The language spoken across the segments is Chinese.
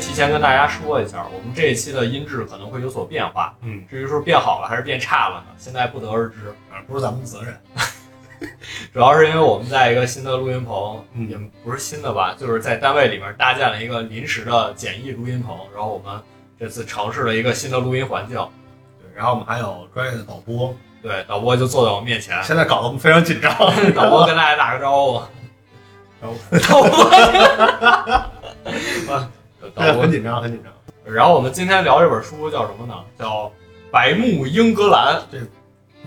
提前跟大家说一下，我们这一期的音质可能会有所变化。嗯，至于说变好了还是变差了呢，现在不得而知。反正不是咱们的责任。 主要是因为我们在一个新的录音棚，嗯也不是新的吧，就是在单位里面搭建了一个临时的简易录音棚，然后我们这次尝试了一个新的录音环境。对，然后我们还有专业的导播，对，导播就坐在我面 前，现在搞得我们非常紧张。 导播跟大家打个招呼。导导播， 导对，播很。紧张，很紧张。然后我们今天聊这本书叫什么呢？叫《白木英格兰》。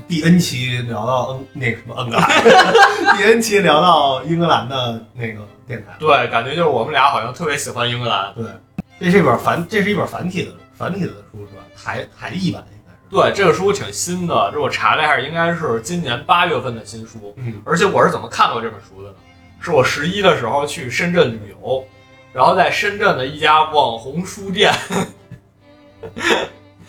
第 N 期聊到恩那个什么恩格兰， 第 N 期聊到英格兰的那个电台。对，感觉就是我们俩好像特别喜欢英格兰。对，这是一本繁，这是一本繁体的繁体的书是吧？台台译版应该是。对，这个书挺新的，这我查了一下，应该是今年八月份的新书。嗯，而且我是怎么看到这本书的呢？是我十一的时候去深圳旅游，然后在深圳的一家网红书店，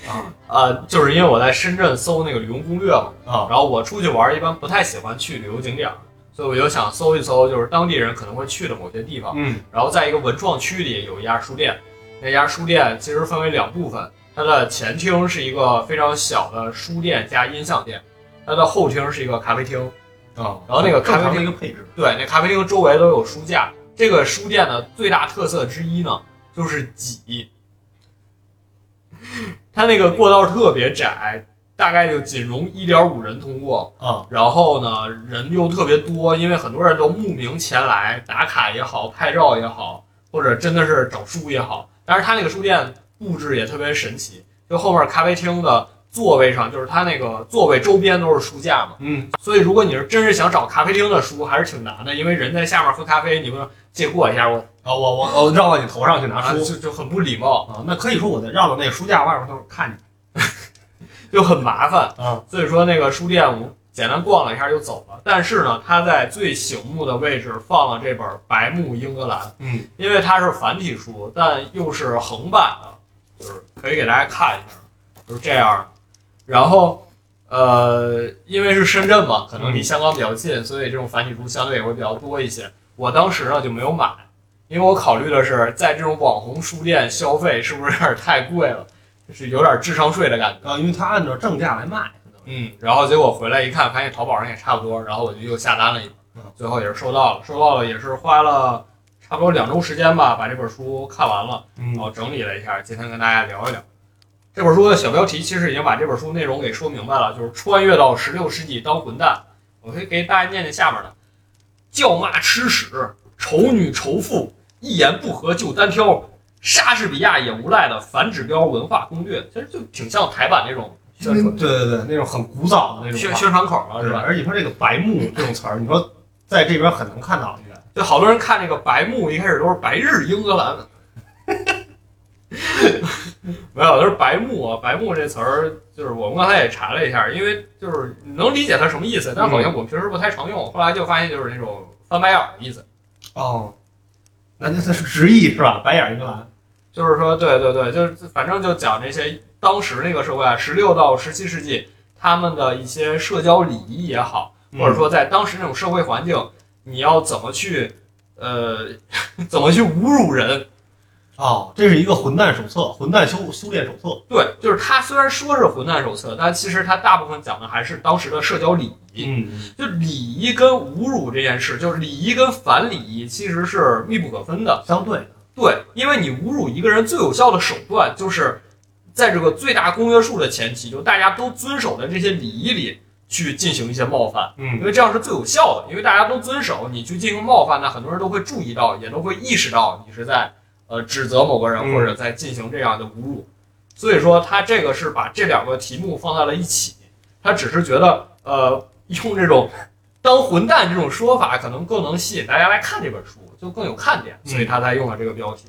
啊呃，就是因为我在深圳搜那个旅游攻略嘛，啊，然后我出去玩一般不太喜欢去旅游景点儿，所以我就想搜一搜，就是当地人可能会去的某些地方。嗯然后在一个文创区里有一家书店，那家书店其实分为两部分，它的前厅是一个非常小的书店加音像店，它的后厅是一个咖啡厅，啊，然后那个咖啡正常的厅一个配置，对，那咖啡厅周围都有书架。这个书店的最大特色之一呢，就是挤。它那个过道特别窄，大概就仅容一点五人通过。啊，然后呢，人又特别多，因为很多人都慕名前来打卡也好，拍照也好，或者真的是找书也好。但是它那个书店布置也特别神奇，就后面咖啡厅的座位上，就是它那个座位周边都是书架嘛。嗯，所以如果你是真是想找咖啡厅的书，还是挺难的，因为人在下面喝咖啡，你们借过一下我啊，我我我绕到你头上去拿啊，书就就很不礼貌，啊，那可以说我在绕到那个书架外面都是看你就很麻烦。啊，所以说那个书店我简单逛了一下就走了。但是呢，它在最醒目的位置放了这本《白木英格兰》，嗯，因为它是繁体书，但又是横版的，就是可以给大家看一下，就是这样。然后。呃，因为是深圳嘛，可能离香港比较近，所以这种繁体书相对也会比较多一些。我当时呢就没有买，因为我考虑的是，在这种网红书店消费是不是有点太贵了，就是有点智商税的感觉。啊，因为他按照正价来卖，可能嗯，然后结果回来一看，发现淘宝上也差不多，然后我就又下单了一本嗯，最后也是收到了，收到了也是花了差不多两周时间吧，把这本书看完了，然嗯后整理了一下，今天跟大家聊一聊。这本书的小标题其实已经把这本书内容给说明白了，就是穿越到十六世纪当混蛋。我可以给大家念念下面的：叫骂吃屎，仇女仇富，一言不合就单挑，莎士比亚也无赖的反指标文化攻略，其实就挺像台版那种宣传对对对，那种很古早的那种宣话，宣传口了，是对吧？而且你说这个白目这种词儿，你说在这边很难看到，应该对，好多人看这个白木，一开始都是白日英格兰， 没有，都是白木啊。白木这词儿，就是我们刚才也查了一下，因为就是能理解它什么意思，但嗯好像我们平时不太常用。后来就发现就是那种翻白眼儿的意思，哦，那就是直译是吧？白眼英格兰，就是说，对对对，就是反正就讲这些当时那个社会啊，十六到十七世纪他们的一些社交礼仪也好。嗯或者说在当时那种社会环境，你要怎么去，呃， 怎么去侮辱人？哦，这是一个混蛋手册，混蛋修修炼手册。对，就是他虽然说是混蛋手册，但其实他大部分讲的还是当时的社交礼仪。嗯，就礼仪跟侮辱这件事，就是礼仪跟反礼仪其实是密不可分的。相对的，对，因为你侮辱一个人最有效的手段，就是在这个最大公约数的前提，就大家都遵守的这些礼仪里去进行一些冒犯。因嗯，为这样是最有效的，因为大家都遵守，你去进行冒犯呢，很多人都会注意到，也都会意识到你是在呃指责某个人嗯或者在进行这样的侮辱。所以说，他这个是把这两个题目放在了一起，他只是觉得呃用这种当混蛋这种说法，可能更能吸引大家来看这本书，就更有看点，嗯所以他才用了这个标题。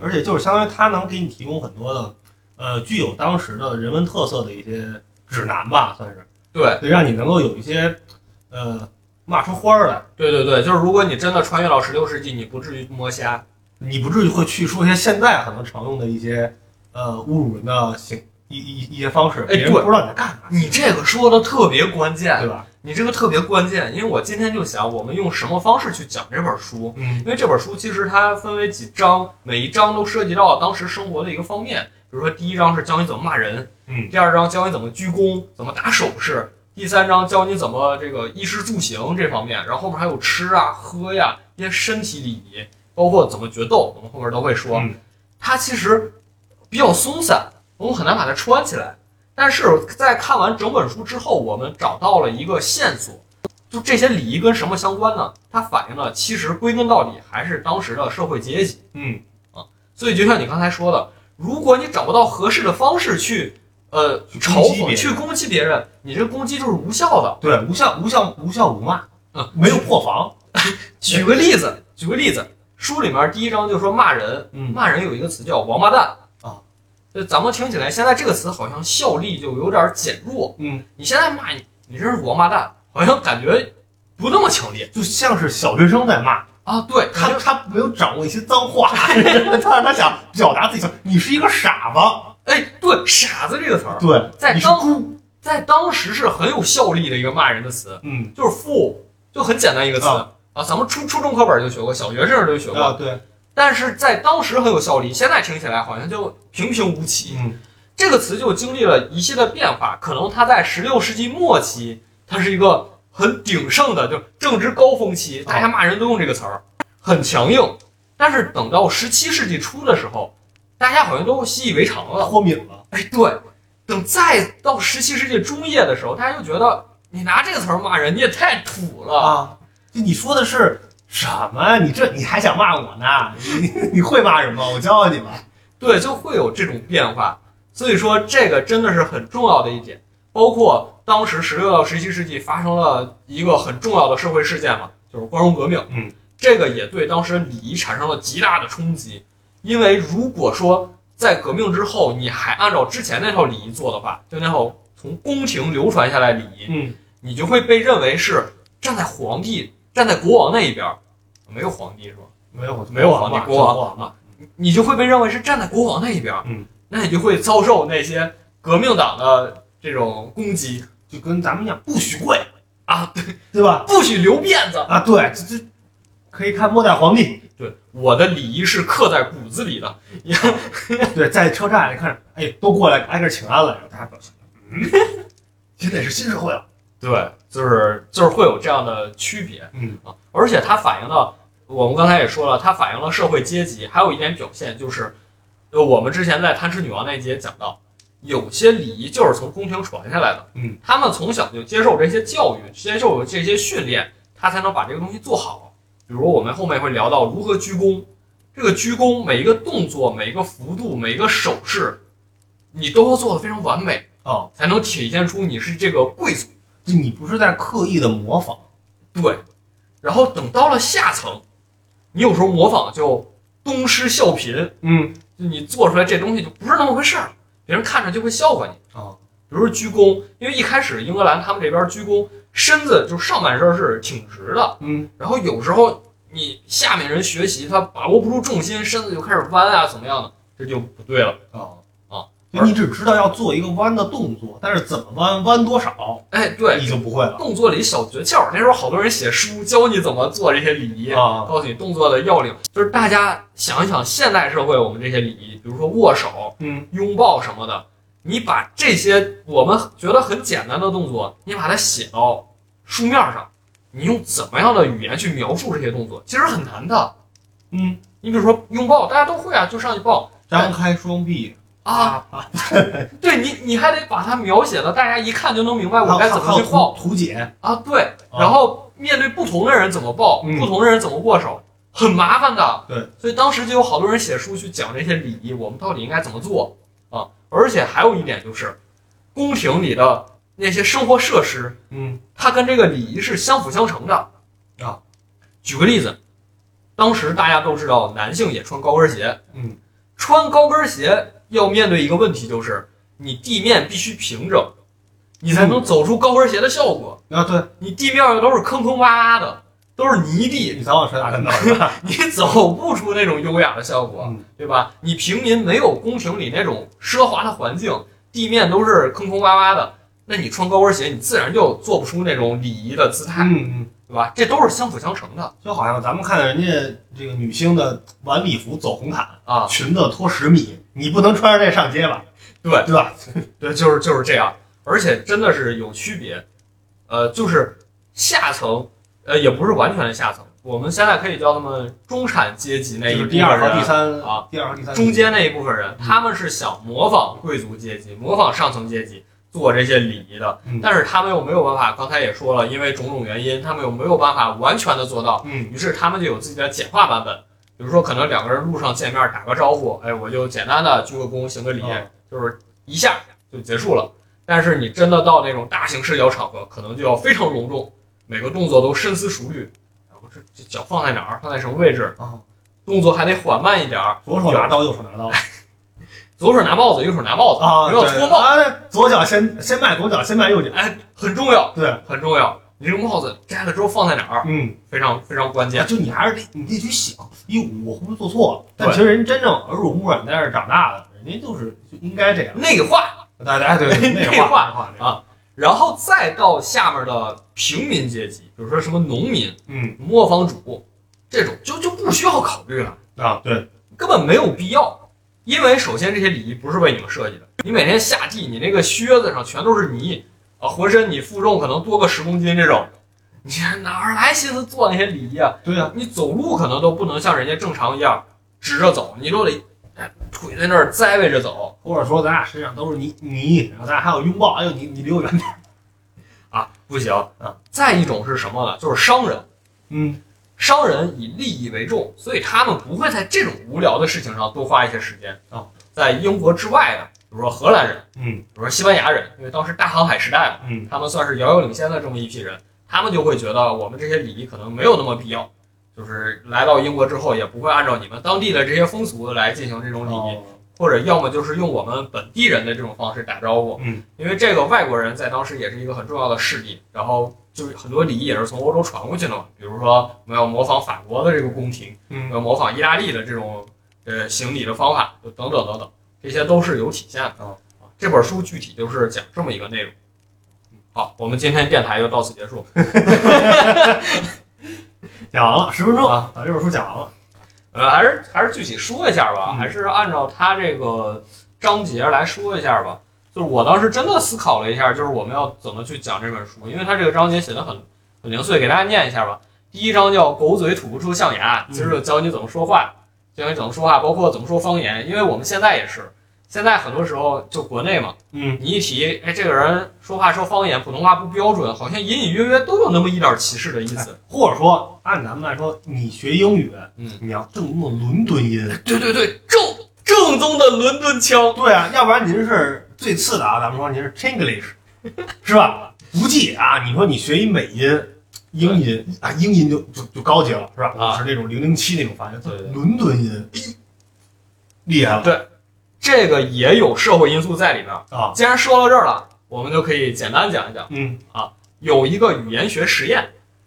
而且就是相当于它能给你提供很多的，呃，具有当时的人文特色的一些指南吧，算是，对对，让你能够有一些，呃，骂出花儿来，对对对，就是如果你真的穿越到十六世纪，你不至于摸瞎。你不至于会去说一些现在可能常用的一些，呃，侮辱人的行一一一些方式，哎别人对不知道你在干啥，你这个说的特别关键，对吧？你这个特别关键，因为我今天就想我们用什么方式去讲这本书，嗯因为这本书其实它分为几章，每一章都涉及到当时生活的一个方面。比如说，第一章是教你怎么骂人，嗯，第二章教你怎么鞠躬，怎么打手势，第三章教你怎么这个衣食住行这方面，然后后面还有吃啊、喝呀一些身体礼仪，包括怎么决斗，我们后面都会说。嗯它其实比较松散，我们很难把它穿起来。但是在看完整本书之后，我们找到了一个线索，就这些礼仪跟什么相关呢？它反映了其实归根到底还是当时的社会阶级。啊嗯所以就像你刚才说的，如果你找不到合适的方式去呃去攻嘲击别讽、人去攻击别人，你这攻击就是无效的。对，无效无效无效无骂，嗯没有破防，举个例子，举个例子，书里面第一章就说骂人，嗯骂人有一个词叫“王八蛋”啊，就咱们听起来现在这个词好像效力就有点减弱。嗯，你现在骂你，你这是王八蛋，好像感觉不那么强烈就像是小学生在骂啊。对，他他，他没有掌握一些脏话， 但是他想表达自己，你是一个傻子，哎，对，傻子这个词儿对，在你是当猪，在当时是很有效力的一个骂人的词，嗯就是负，就很简单一个词啊啊咱们初初中课本就学过，小学生就学过，啊，对，但是在当时很有效力，现在听起来好像就平平无奇。嗯这个词就经历了一系列变化，可能它在十六世纪末期，它是一个很鼎盛的，就是正值高峰期，大家骂人都用这个词儿，很强硬。但是等到十七世纪初的时候，大家好像都习以为常了。脱敏嗯了，哎，对，等再到十七世纪中叶的时候，大家就觉得你拿这个词儿骂人，你也太土了。啊，就你说的是什么？你这你还想骂我呢？你你 会骂人吗？我教教你吧。对，就会有这种变化。所以说，这个真的是很重要的一点。包括当时十六到十七世纪发生了一个很重要的社会事件嘛，就是光荣革命。嗯，这个也对当时礼仪产生了极大的冲击。因为如果说在革命之后你还按照之前那套礼仪做的话，就那套从宫廷流传下来礼仪，嗯，你就会被认为是站在皇帝、站在国王那一边儿。没有皇帝是吧？没有，没有啊皇帝嘛国王国王嘛。你就会被认为是站在国王那一边，嗯，那你就会遭受那些革命党的这种攻击就跟咱们讲，不许跪啊，对对吧？不许留辫子。啊，对，这这可以看《末代皇帝对，我的礼仪是刻在骨子里的。》。对，在车站你看，哎，都过来挨个请安了，然后大家表情，嗯，现在是新社会了。对，就是就是会有这样的区别嗯啊，而且它反映了我们刚才也说了，它反映了社会阶级。还有一点表现就是，呃，我们之前在贪吃女王那一节讲到，有些礼仪就是从宫廷传下来的，嗯，他们从小就接受这些教育，接受这些训练，他才能把这个东西做好。比如我们后面会聊到如何鞠躬，这个鞠躬每一个动作、每一个幅度、每一个手势，你都要做得非常完美，哦，才能体现出你是这个贵族。就你不是在刻意的模仿，对，然后等到了下层，你有时候模仿就东施效颦，嗯，就你做出来这东西就不是那么回事儿，别人看着就会笑话你。哦，比如说鞠躬，因为一开始英格兰他们这边鞠躬，身子就上半身是挺直的，嗯，然后有时候你下面人学习他把握不住重心，身子就开始弯啊，怎么样的，这就不对了。哦，哦，就你只知道要做一个弯的动作，但是怎么弯、弯多少，哎，对，你就不会了。动作里小诀窍，那时候好多人写书教你怎么做这些礼仪啊，告诉你动作的要领，就是大家想一想，现代社会我们这些礼仪，比如说握手、嗯，拥抱什么的，你把这些我们觉得很简单的动作，你把它写到书面上，你用怎么样的语言去描述这些动作，其实很难的。嗯，你比如说拥抱，大家都会啊，就上去抱张开双臂啊，，对你，你还得把它描写的，大家一看就能明白我该怎么去抱。抱图解，啊，对，然后面对不同的人怎么抱，嗯不同的人怎么握手，很麻烦的。对，所以当时就有好多人写书去讲这些礼仪，我们到底应该怎么做啊？而且还有一点就是，宫廷里的那些生活设施，嗯它跟这个礼仪是相辅相成的啊。举个例子，当时大家都知道男性也穿高跟鞋，嗯，穿高跟鞋要面对一个问题，就是你地面必须平整，你嗯才能走出高跟鞋的效果。啊，对，你地面上都是坑坑洼洼的，都是泥地，你早晚摔大跟头是吧？你走不出那种优雅的效果，嗯对吧？你平民没有宫廷里那种奢华的环境，地面都是坑坑洼洼的，那你穿高跟鞋，你自然就做不出那种礼仪的姿态，嗯，对吧？这都是相辅相成的就好像咱们看人家这个女星的晚礼服走红毯，啊。裙子拖十米，你不能穿着这上街吧？对对吧？对，就是就是这样，而且真的是有区别。呃，就是下层，呃，也不是完全的下层，我们现在可以叫他们中产阶级那就一是部分第二和第人三啊，第二和第三中间那一部分嗯人，他们是想模仿贵族阶级、模仿上层阶级做这些礼仪的嗯，但是他们又没有办法。刚才也说了，因为种种原因，他们又没有办法完全的做到，嗯，于是他们就有自己的简化版本。比如说，可能两个人路上见面打个招呼，哎，我就简单的鞠个躬、行个礼，嗯就是一下就结束了。但是你真的到那种大型社交场合，可能就要非常隆重，每个动作都深思熟虑。哎我这这脚放在哪儿？放在什么位置？哦动作还得缓慢一点儿。左手拿刀，右手拿刀左手拿帽子，右手拿帽子，啊，不要对脱帽啊，对左脚先先迈左脚，先迈右脚，哎，很重要，对，很重要。你这个帽子摘了之后放在哪儿，嗯，哎非常非常关键。就你还是得你得去想，咦，我会不会做错了？但对其实人真正耳濡目染在这儿长大的，人家就是就应该这样。哎内化，大家对对内内化化内化内化啊然后再到下面的平民阶级，比如说什么农民、嗯磨坊主这种，就就不需要考虑了，啊，对，根本没有必要。因为首先这些礼仪不是为你们设计的，你每天下地，你那个靴子上全都是泥啊，浑身你负重可能多个十公斤这种，你这哪儿来心思做那些礼仪啊？对啊，你走路可能都不能像人家正常一样直着走，你都得哎腿在那儿栽歪着走或者说咱俩身上都是泥泥，然后咱俩还有拥抱，哎呦你你离我远点，啊，不行啊。再一种是什么呢？就是商人，嗯，商人以利益为重，所以他们不会在这种无聊的事情上多花一些时间啊。在英国之外的，比如说荷兰人，嗯比如说西班牙人，因为当时大航海时代嘛，嗯，他们算是遥遥领先的这么一批人，他们就会觉得我们这些礼仪可能没有那么必要，就是来到英国之后也不会按照你们当地的这些风俗来进行这种礼仪。哦或者要么就是用我们本地人的这种方式打招呼，嗯，因为这个外国人在当时也是一个很重要的势力，然后就是很多礼仪也是从欧洲传过去的嘛，比如说我们要模仿法国的这个宫廷，嗯要模仿意大利的这种呃行礼的方法，就等等等等，这些都是有体现的。哦啊这本书具体就是讲这么一个内容。嗯好，我们今天电台就到此结束。讲完了十分钟啊，把这本书讲完了，呃，还是还是具体说一下吧，嗯还是按照他这个章节来说一下吧。就是我当时真的思考了一下，就是我们要怎么去讲这本书，因为它这个章节写的很很零碎，给大家念一下吧。第一章叫“狗嘴吐不出象牙”，嗯其实就教你怎么说话，教你怎么说话，包括怎么说方言。因为我们现在也是，现在很多时候就国内嘛，嗯，你一提，哎，这个人说话说方言，普通话不标准，好像隐隐约约都有那么一点歧视的意思。或者说按咱们来说，你学英语，嗯，你要正宗的伦敦音，对对对，正正宗的伦敦腔。对啊，要不然您是最次的啊，咱们说您是 Chinglish，是吧？不济啊，你说你学一美音。英音啊，英音就就就高级了，是吧？啊是那种零零七那种发音，对对伦敦音，哎呦厉害了这个也有社会因素在里面。啊！既然说到这儿了，我们就可以简单讲一讲，嗯有一个语言学实验。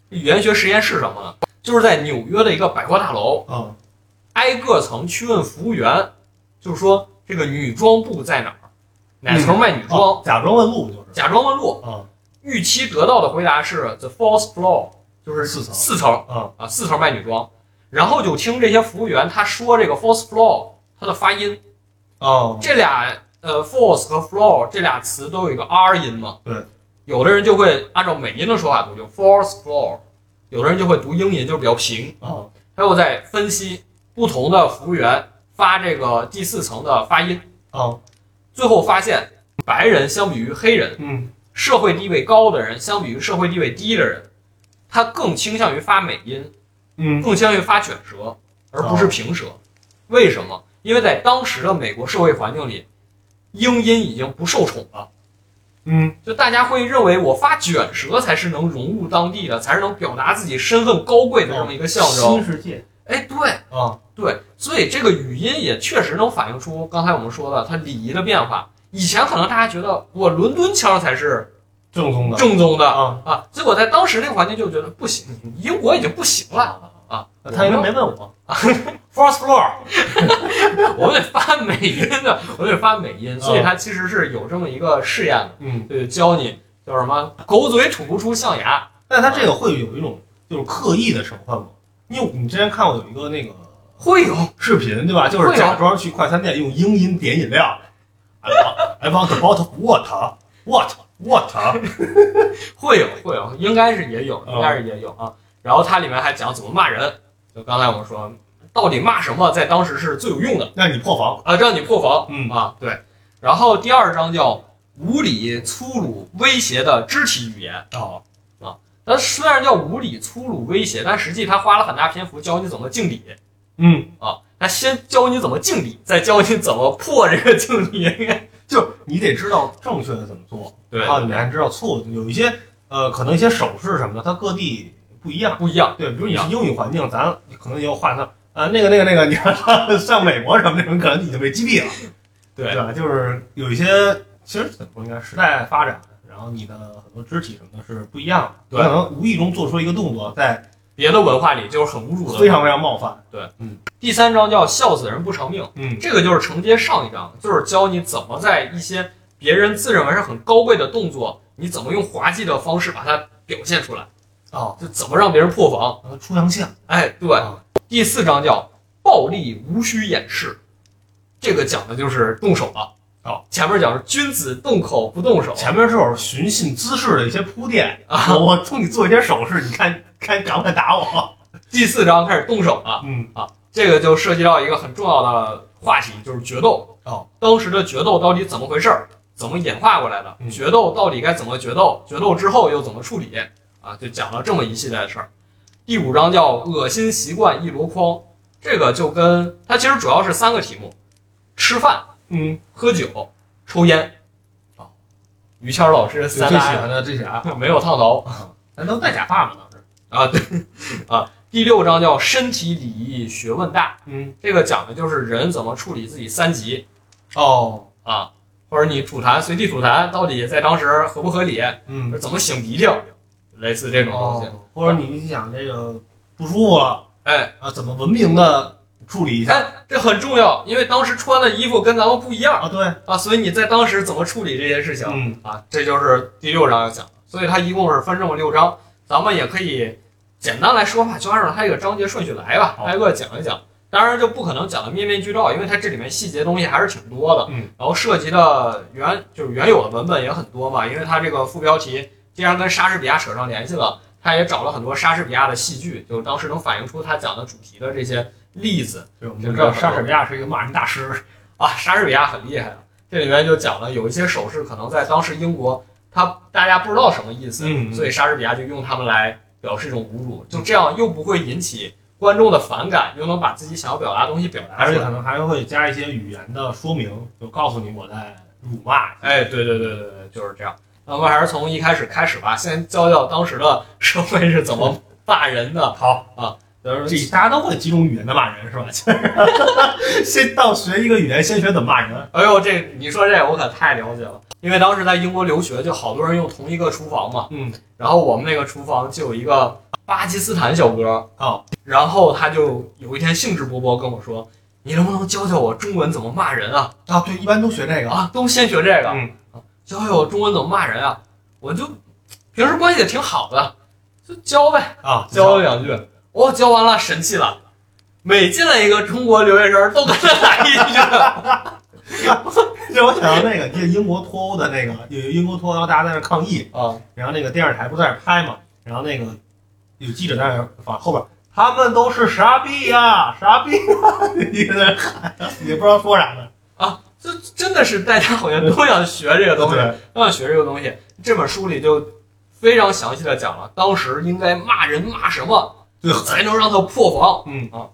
语言学实验是什么呢？就是在纽约的一个百货大楼，啊，挨个层去问服务员，就是说这个女装部在哪儿，哪层卖女装，哦假装问路就是假装问路。啊预期得到的回答是 the fourth floor，就是四层四层啊啊，四层卖女装。然后就听这些服务员他说这个 fourth floor 他的发音，哦，这俩呃 force 和 floor 这俩词都有一个 r 音嘛？对。有的人就会按照美音的说法读，就 force floor；有的人就会读英音，就是比较平。啊他又在分析不同的服务员发这个第四层的发音，啊最后发现白人相比于黑人，嗯社会地位高的人相比于社会地位低的人，他更倾向于发美音，嗯更倾向于发卷舌，而不是平舌。为什么？因为在当时的美国社会环境里，英音已经不受宠了，嗯就大家会认为我发卷舌才是能融入当地的，才是能表达自己身份高贵的这么一个象征。新世界哎，对啊对，所以这个语音也确实能反映出刚才我们说的它礼仪的变化。以前可能大家觉得我伦敦腔才是正宗的正宗的啊啊，结果在当时那个环境就觉得不行，英国已经不行了。啊啊他应该没问我 first floor 我得发美音的，我得发美音，所以它其实是有这么一个试验的，嗯，对，教你叫什么狗嘴吐不出象牙，但他这个会有一种就是刻意的成分吗？因为你之前看过有一个那个会有视频，对吧？就会是有假装去快餐店用英音点饮料，I 哎 want I want bottle water what what，会有会有，应该是也有，嗯应该是也有啊。然后它里面还讲怎么骂人，就刚才我们说，到底骂什么在当时是最有用的让你破防。啊，让你破防嗯啊，对。然后第二章叫无理、粗鲁、威胁的肢体语言。啊哦，它虽然叫无理、粗鲁、威胁，但实际它花了很大篇幅教你怎么敬礼嗯，啊。它先教你怎么敬礼，再教你怎么破这个敬礼。就是你得知道正确的怎么做，对然后你还知道错误的。有一些呃，可能一些手势什么的，它各地不一样。不一样，对，比如你是英语环境，咱可能也有换算啊，那个那个那个，你看上美国什么那种，可能你就被击毙了，对对吧？就是有一些其实怎么说，应该时代发展，然后你的很多肢体什么的是不一样的，对可能无意中做出一个动作，在别的文化里就是很侮辱的。非常非常冒犯。第三章叫笑死人不偿命。嗯，这个就是承接上一章，就是教你怎么在一些别人自认为是很高贵的动作，你怎么用滑稽的方式把它表现出来，哦，就怎么让别人破防。然后出洋相，哎，对啊，第四章叫暴力无需掩饰，这个讲的就是动手了。哦，前面讲是君子动口不动手，前面这种寻衅滋事的一些铺垫啊我我冲你做一些手势，你看看敢不敢打我？第四章开始动手了。嗯，这个就涉及到一个很重要的话题，就是决斗。哦，当时的决斗到底怎么回事儿？怎么演化过来的？嗯决斗到底该怎么决斗？决斗之后又怎么处理？啊，就讲了这么一系列的事儿。第五章叫“恶心习惯一箩筐”，这个就跟它其实主要是三个题目：吃饭、嗯，喝酒、抽烟。哦，于谦老师最三喜大欢的这哦啥？没有烫头咱都戴假发吗？当时，啊，对啊。第六章叫“身体礼仪学问大”，嗯，这个讲的就是人怎么处理自己三级哦，啊，或者你吐痰随地吐痰到底在当时合不合理，嗯，怎么擤鼻涕，类似这种东西。哦，或者你想这个不舒服了哎啊，怎么文明的处理一你下看这很重要，因为当时穿的衣服跟咱们不一样啊？对，啊，所以你在当时怎么处理这些事情嗯，啊，这就是第六章要讲的。所以它一共是分这么六章，咱们也可以简单来说吧，就按照它这个章节顺序来吧，好挨个讲一讲。当然就不可能讲的面面俱到，因为它这里面细节东西还是挺多的。嗯，然后涉及的原就是原有的文本也很多嘛，因为它这个副标题既然跟莎士比亚扯上联系了，它也找了很多莎士比亚的戏剧，就当时能反映出他讲的主题的这些例子。对，我们知道莎士比亚是一个骂人大师，啊，莎士比亚很厉害的。啊这里面就讲了有一些手势，可能在当时英国，他大家不知道什么意思，嗯所以莎士比亚就用他们来表示一种侮辱，就这样又不会引起观众的反感，又能把自己想要表达的东西表达而且出可来。能还会加一些语言的说明，就告诉你我在辱骂。哎，对对对对对，就是这样。那我们还是从一开始开始吧，先教教当时的社会是怎么骂人的。好啊，这大家都会几种语言的骂人是吧？ 先到学一个语言，先学怎么骂人。哎呦，这你说这我可太了解了，因为当时在英国留学，就好多人用同一个厨房嘛。嗯，然后我们那个厨房就有一个巴基斯坦小哥哦，然后他就有一天兴致勃勃跟我说：“你能不能教教我中文怎么骂人啊？啊，对，一般都学这个。啊，都先学这个，啊嗯教教我中文怎么骂人啊？”我就平时关系也挺好的，就教呗。啊，教了两句，我、教完了，神气了。每进来一个中国留学生，都跟他来一 句。让我想到那个，记得英国脱欧的那个，有英国脱欧，大家在那抗议，啊，然后那个电视台不在那儿拍嘛，然后那个有记者在那儿往后边儿，他们都是傻逼呀、 傻逼呀、你在那儿喊，也不知道说啥呢。就真的是大家好像都想学这个东西。对，都想学这个东西。这本书里就非常详细的讲了，当时应该骂人骂什么对，才能让他破防。嗯啊，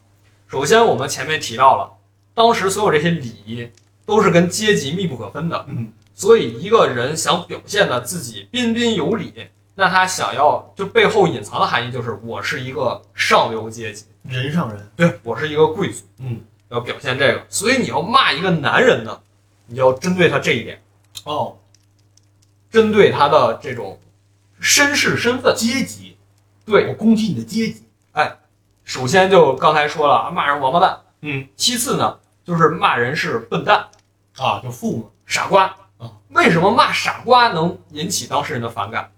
首先我们前面提到了，当时所有这些礼仪都是跟阶级密不可分的。嗯，所以一个人想表现的自己彬彬有礼，那他想要就背后隐藏的含义就是我是一个上流阶级，人上人，对我是一个贵族。嗯，要表现这个，所以你要骂一个男人呢，你就要针对他这一点。哦，针对他的这种绅士身份。阶级，对，我攻击你的阶级，首先就刚才说了，骂人王八蛋。嗯，其次呢，就是骂人是笨蛋、啊，就富嘛，傻瓜啊。为什么骂傻瓜能引起当事人的反感？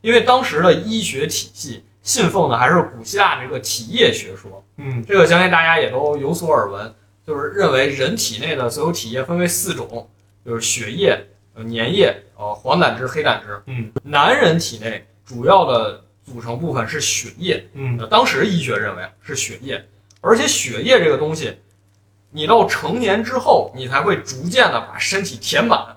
因为当时的医学体系信奉的还是古希腊这个体液学说，嗯这个相信大家也都有所耳闻，就是认为人体内的所有体液分为四种，就是血液、呃粘液、呃黄胆汁、黑胆汁。嗯，男人体内主要的组成部分是血液，嗯呃，当时医学认为啊是血液，而且血液这个东西，你到成年之后，你才会逐渐的把身体填满，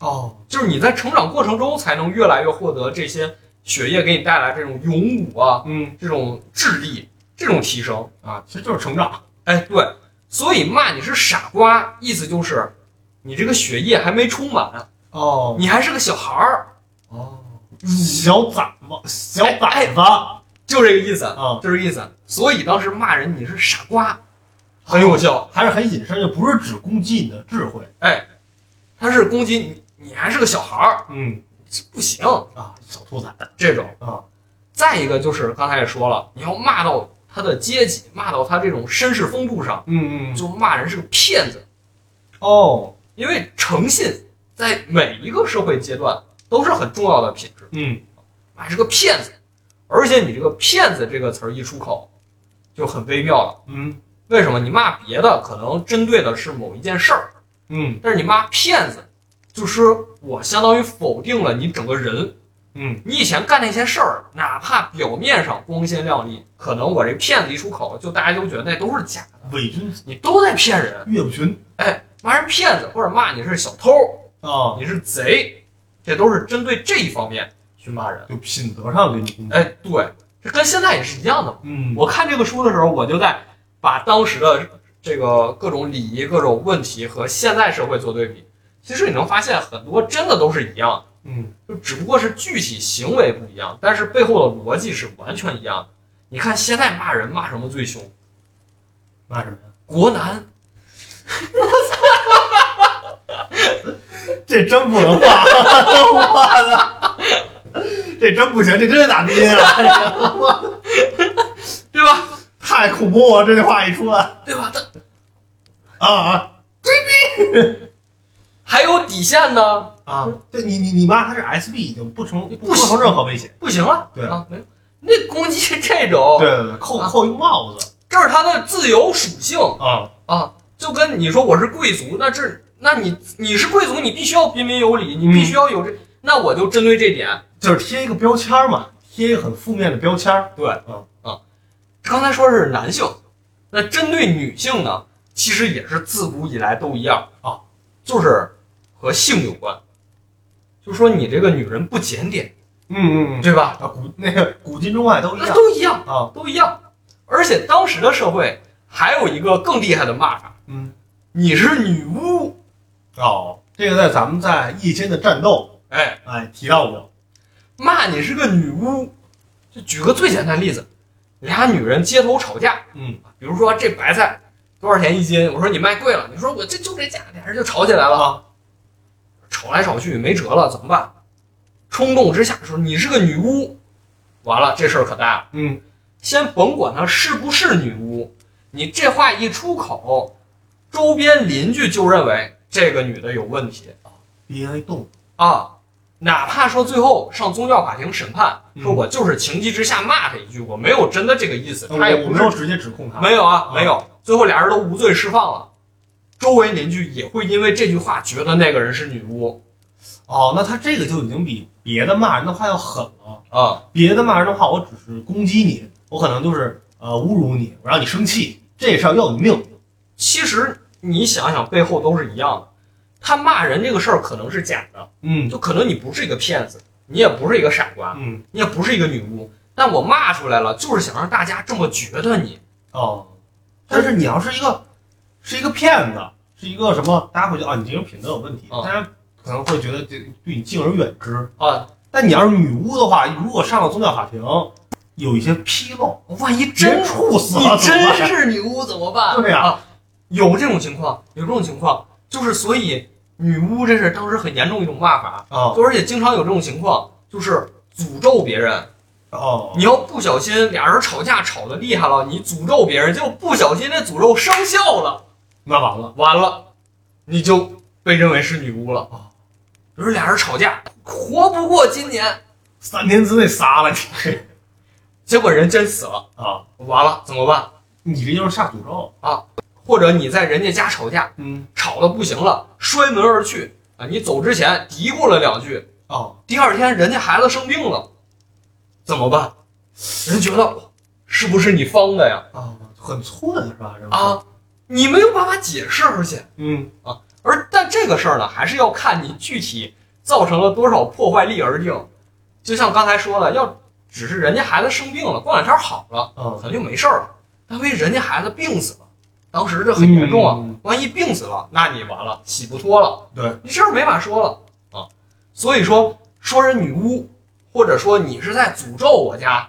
哦，就是你在成长过程中才能越来越获得这些血液给你带来这种勇武啊，嗯，这种智力，这种提升啊。其实就是成长，哎，对，所以骂你是傻瓜，意思就是你这个血液还没充满，哦你还是个小孩儿，哦，哎小崽子，小崽子，就这个意思，啊，就这个意思。所以当时骂人你是傻瓜，很有效。还是很隐身，就不是只攻击你的智慧，他是攻击你，你还是个小孩儿，嗯这不行。啊，小兔崽子，这种啊，再一个就是刚才也说了，你要骂到他的阶级，骂到他这种绅士风度上，嗯就骂人是个骗子。哦，因为诚信在每一个社会阶段都是很重要的品质，嗯骂是个骗子，而且你这个“骗子”这个词儿一出口，就很微妙了。嗯为什么？你骂别的可能针对的是某一件事儿，嗯但是你骂骗子，就是我相当于否定了你整个人。嗯，你以前干那些事儿，哪怕表面上光鲜亮丽，可能我这骗子一出口，就大家都觉得那都是假的，伪君你都在骗人，岳不群骂人骗子或者骂你是小偷，啊，你是贼，这都是针对这一方面去骂人。就品德上给你，哎，对，这跟现在也是一样的嘛。嗯我看这个书的时候，我就在把当时的这个各种礼仪、各种问题和现在社会做对比，其实你能发现很多真的都是一样的。嗯就只不过是具体行为不一样，但是背后的逻辑是完全一样的。你看现在骂人骂什么最凶？骂什么呀？ 国男，这真不能画，我的， 这真不行，这真得打拼啊！ 对吧？太恐怖了，这句话一出来对吧？但啊啊还有底线呢，啊！对你你你妈她是 SB 已经不成不不行构成任何威胁，不行了，对啊，没有，那攻击这种，对对对，扣啊扣一个帽子这是他的自由属性啊，啊。就跟你说我是贵族，那这那你你是贵族，你必须要彬彬有礼，嗯你必须要有这，那我就针对这点。就是贴一个标签儿嘛，贴一个很负面的标签儿，对刚才说是男性，那针对女性呢，其实也是自古以来都一样啊，就是和性有关。就说你这个女人不检点，嗯嗯，对吧？啊古那个古今中外都一那样都一样，啊，都一样。而且当时的社会还有一个更厉害的骂法，嗯你是女巫，哦，这个在咱们在夜间的战斗哎，哎提到过，骂你是个女巫。就举个最简单的例子，俩女人街头吵架，嗯比如说这白菜多少钱一斤，我说你卖贵了，你说我这就这价，俩人就吵起来了。啊吵来吵去没辙了，怎么办？冲动之下说你是个女巫，完了这事儿可大了。嗯先甭管她是不是女巫，你这话一出口，周边邻居就认为这个女的有问题 DNA 动物啊。哪怕说最后上宗教法庭审判，嗯说我就是情急之下骂她一句，我没有真的这个意思，她也呃我不没是有直接指控他，没有啊啊，没有。最后俩人都无罪释放了，周围邻居也会因为这句话觉得那个人是女巫哦，那他这个就已经比别的骂人的话要狠了。啊。别的骂人的话，我只是攻击你，我可能就是呃侮辱你，我让你生气，这事儿要你命。其实你想想，背后都是一样的。他骂人这个事儿可能是假的，嗯就可能你不是一个骗子，你也不是一个傻瓜，嗯你也不是一个女巫，但我骂出来了，就是想让大家这么觉得你。哦，但是你要是一个是一个骗子，是一个什么，大家会觉得啊你这个品德有问题，啊大家可能会觉得这对你敬而远之啊。但你要是女巫的话，如果上了宗教法庭，有一些纰漏，万一真 处死你了，真怎么是女巫怎么办？对啊啊，有这种情况，有这种情况，就是所以女巫这是当时很严重一种骂法，办啊就而且经常有这种情况，就是诅咒别人，哦你要不小心俩人吵架吵得厉害了，你诅咒别人，结果不小心那诅咒生效了，那完了，完了，你就被认为是女巫了啊。比如俩人吵架，活不过今年，三天之内杀了你结果人真死了， 啊！完了怎么办？你这就是下诅咒。或者你在人家家吵架，嗯，吵得不行了，摔门而去啊！你走之前嘀咕了两句，哦，第二天人家孩子生病了，怎么办？人觉得是不是你方的呀？啊，很寸是吧？这么说，啊，你没有办法解释，而且嗯，而但这个事儿呢，还是要看你具体造成了多少破坏力而定。就像刚才说的，要只是人家孩子生病了，过两天好了，啊，可能就没事儿了。但万一人家孩子病死了，当时这很严重啊，嗯万一病死了，那你完了，洗不脱了，对，你这事儿没法说了啊。所以说，说人女巫，或者说你是在诅咒我家，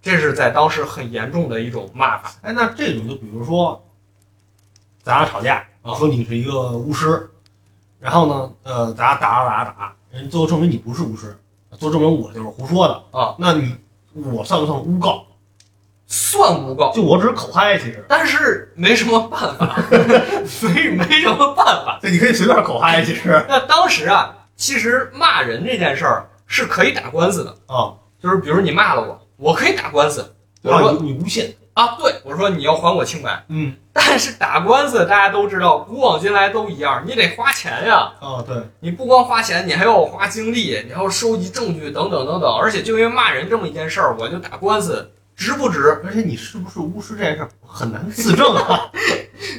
这是在当时很严重的一种骂法。哎，那这种就比如说，咱俩吵架，啊说你是一个巫师，然后呢，呃，咱俩打打打打，人最后证明你不是巫师，最后证明我就是胡说的啊。那你我算不算诬告？算诬告，就我只是口嗨，其实，但是没什么办法， 没没什么办法。对，你可以随便口嗨，其 实那当时啊，其实骂人这件事儿是可以打官司的，啊，就是比如你骂了我，我可以打官司。我然后说你你诬陷，啊，对，我说你要还我清白。嗯，但是打官司大家都知道，古往今来都一样，你得花钱呀。啊，对，你不光花钱，你还要花精力，你还要收集证据等等等等。而且就因为骂人这么一件事儿，我就打官司，值不值而且你是不是巫师这件事儿很难自证啊，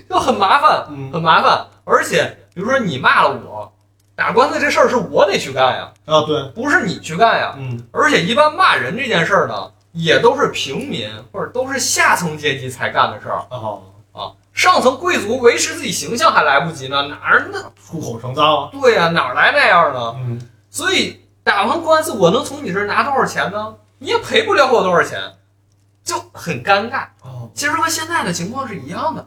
就很麻烦。嗯 很麻烦。而且，比如说你骂了我，打官司这事儿是我得去干呀，啊，对，不是你去干呀。嗯，而且，一般骂人这件事儿呢，也都是平民或者都是下层阶级才干的事儿哦，啊。上层贵族维持自己形象还来不及呢，哪儿那出口成章啊，对呀、哪儿来那样呢？嗯，所以打完官司，我能从你这儿拿多少钱呢？你也赔不了我多少钱，就很尴尬。哦，其实和现在的情况是一样的，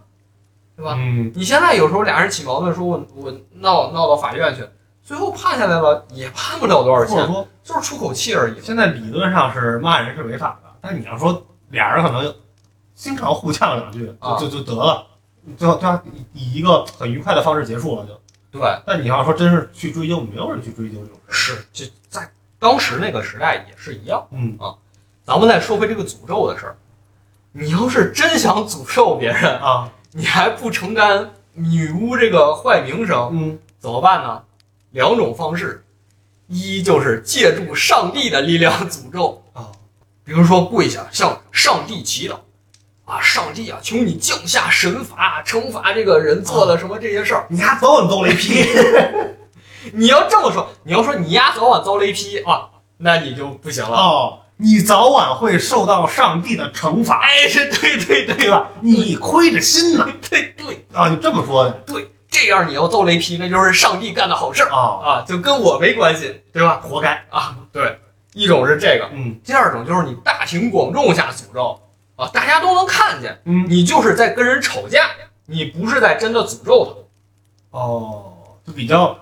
对吧？嗯，你现在有时候俩人起矛盾，说我我闹闹到法院去，最后判下来了也判不了多少或者钱，说。就是出口气而已。现在理论上是骂人是违法的，但你要说俩人可能经常互呛两句，啊就就就得了，最后对吧？以以一个很愉快的方式结束了就。对，但你要说真是去追究，没有人去追究 这种事。是就在当时那个时代也是一样。啊嗯咱们再说回这个诅咒的事儿，你要是真想诅咒别人，啊，你还不承担女巫这个坏名声，嗯，怎么办呢？两种方式，一就是借助上帝的力量诅咒啊，比如说跪下向上帝祈祷，啊，上帝啊，求你降下神罚，惩罚这个人做了什么这些事儿。你丫早晚揍雷劈。你要这么说，你要说你丫早晚遭雷劈啊，那你就不行了。哦，你早晚会受到上帝的惩罚，哎，是对对对对吧？你亏着心呢。对对啊，你这么说的对，这样你要遭雷劈，那就是上帝干的好事儿啊，啊，就跟我没关系，对吧？活该。啊，对，一种是这个。嗯第二种就是你大庭广众下诅咒啊，大家都能看见，嗯，你就是在跟人吵架，你不是在真的诅咒哦，就比较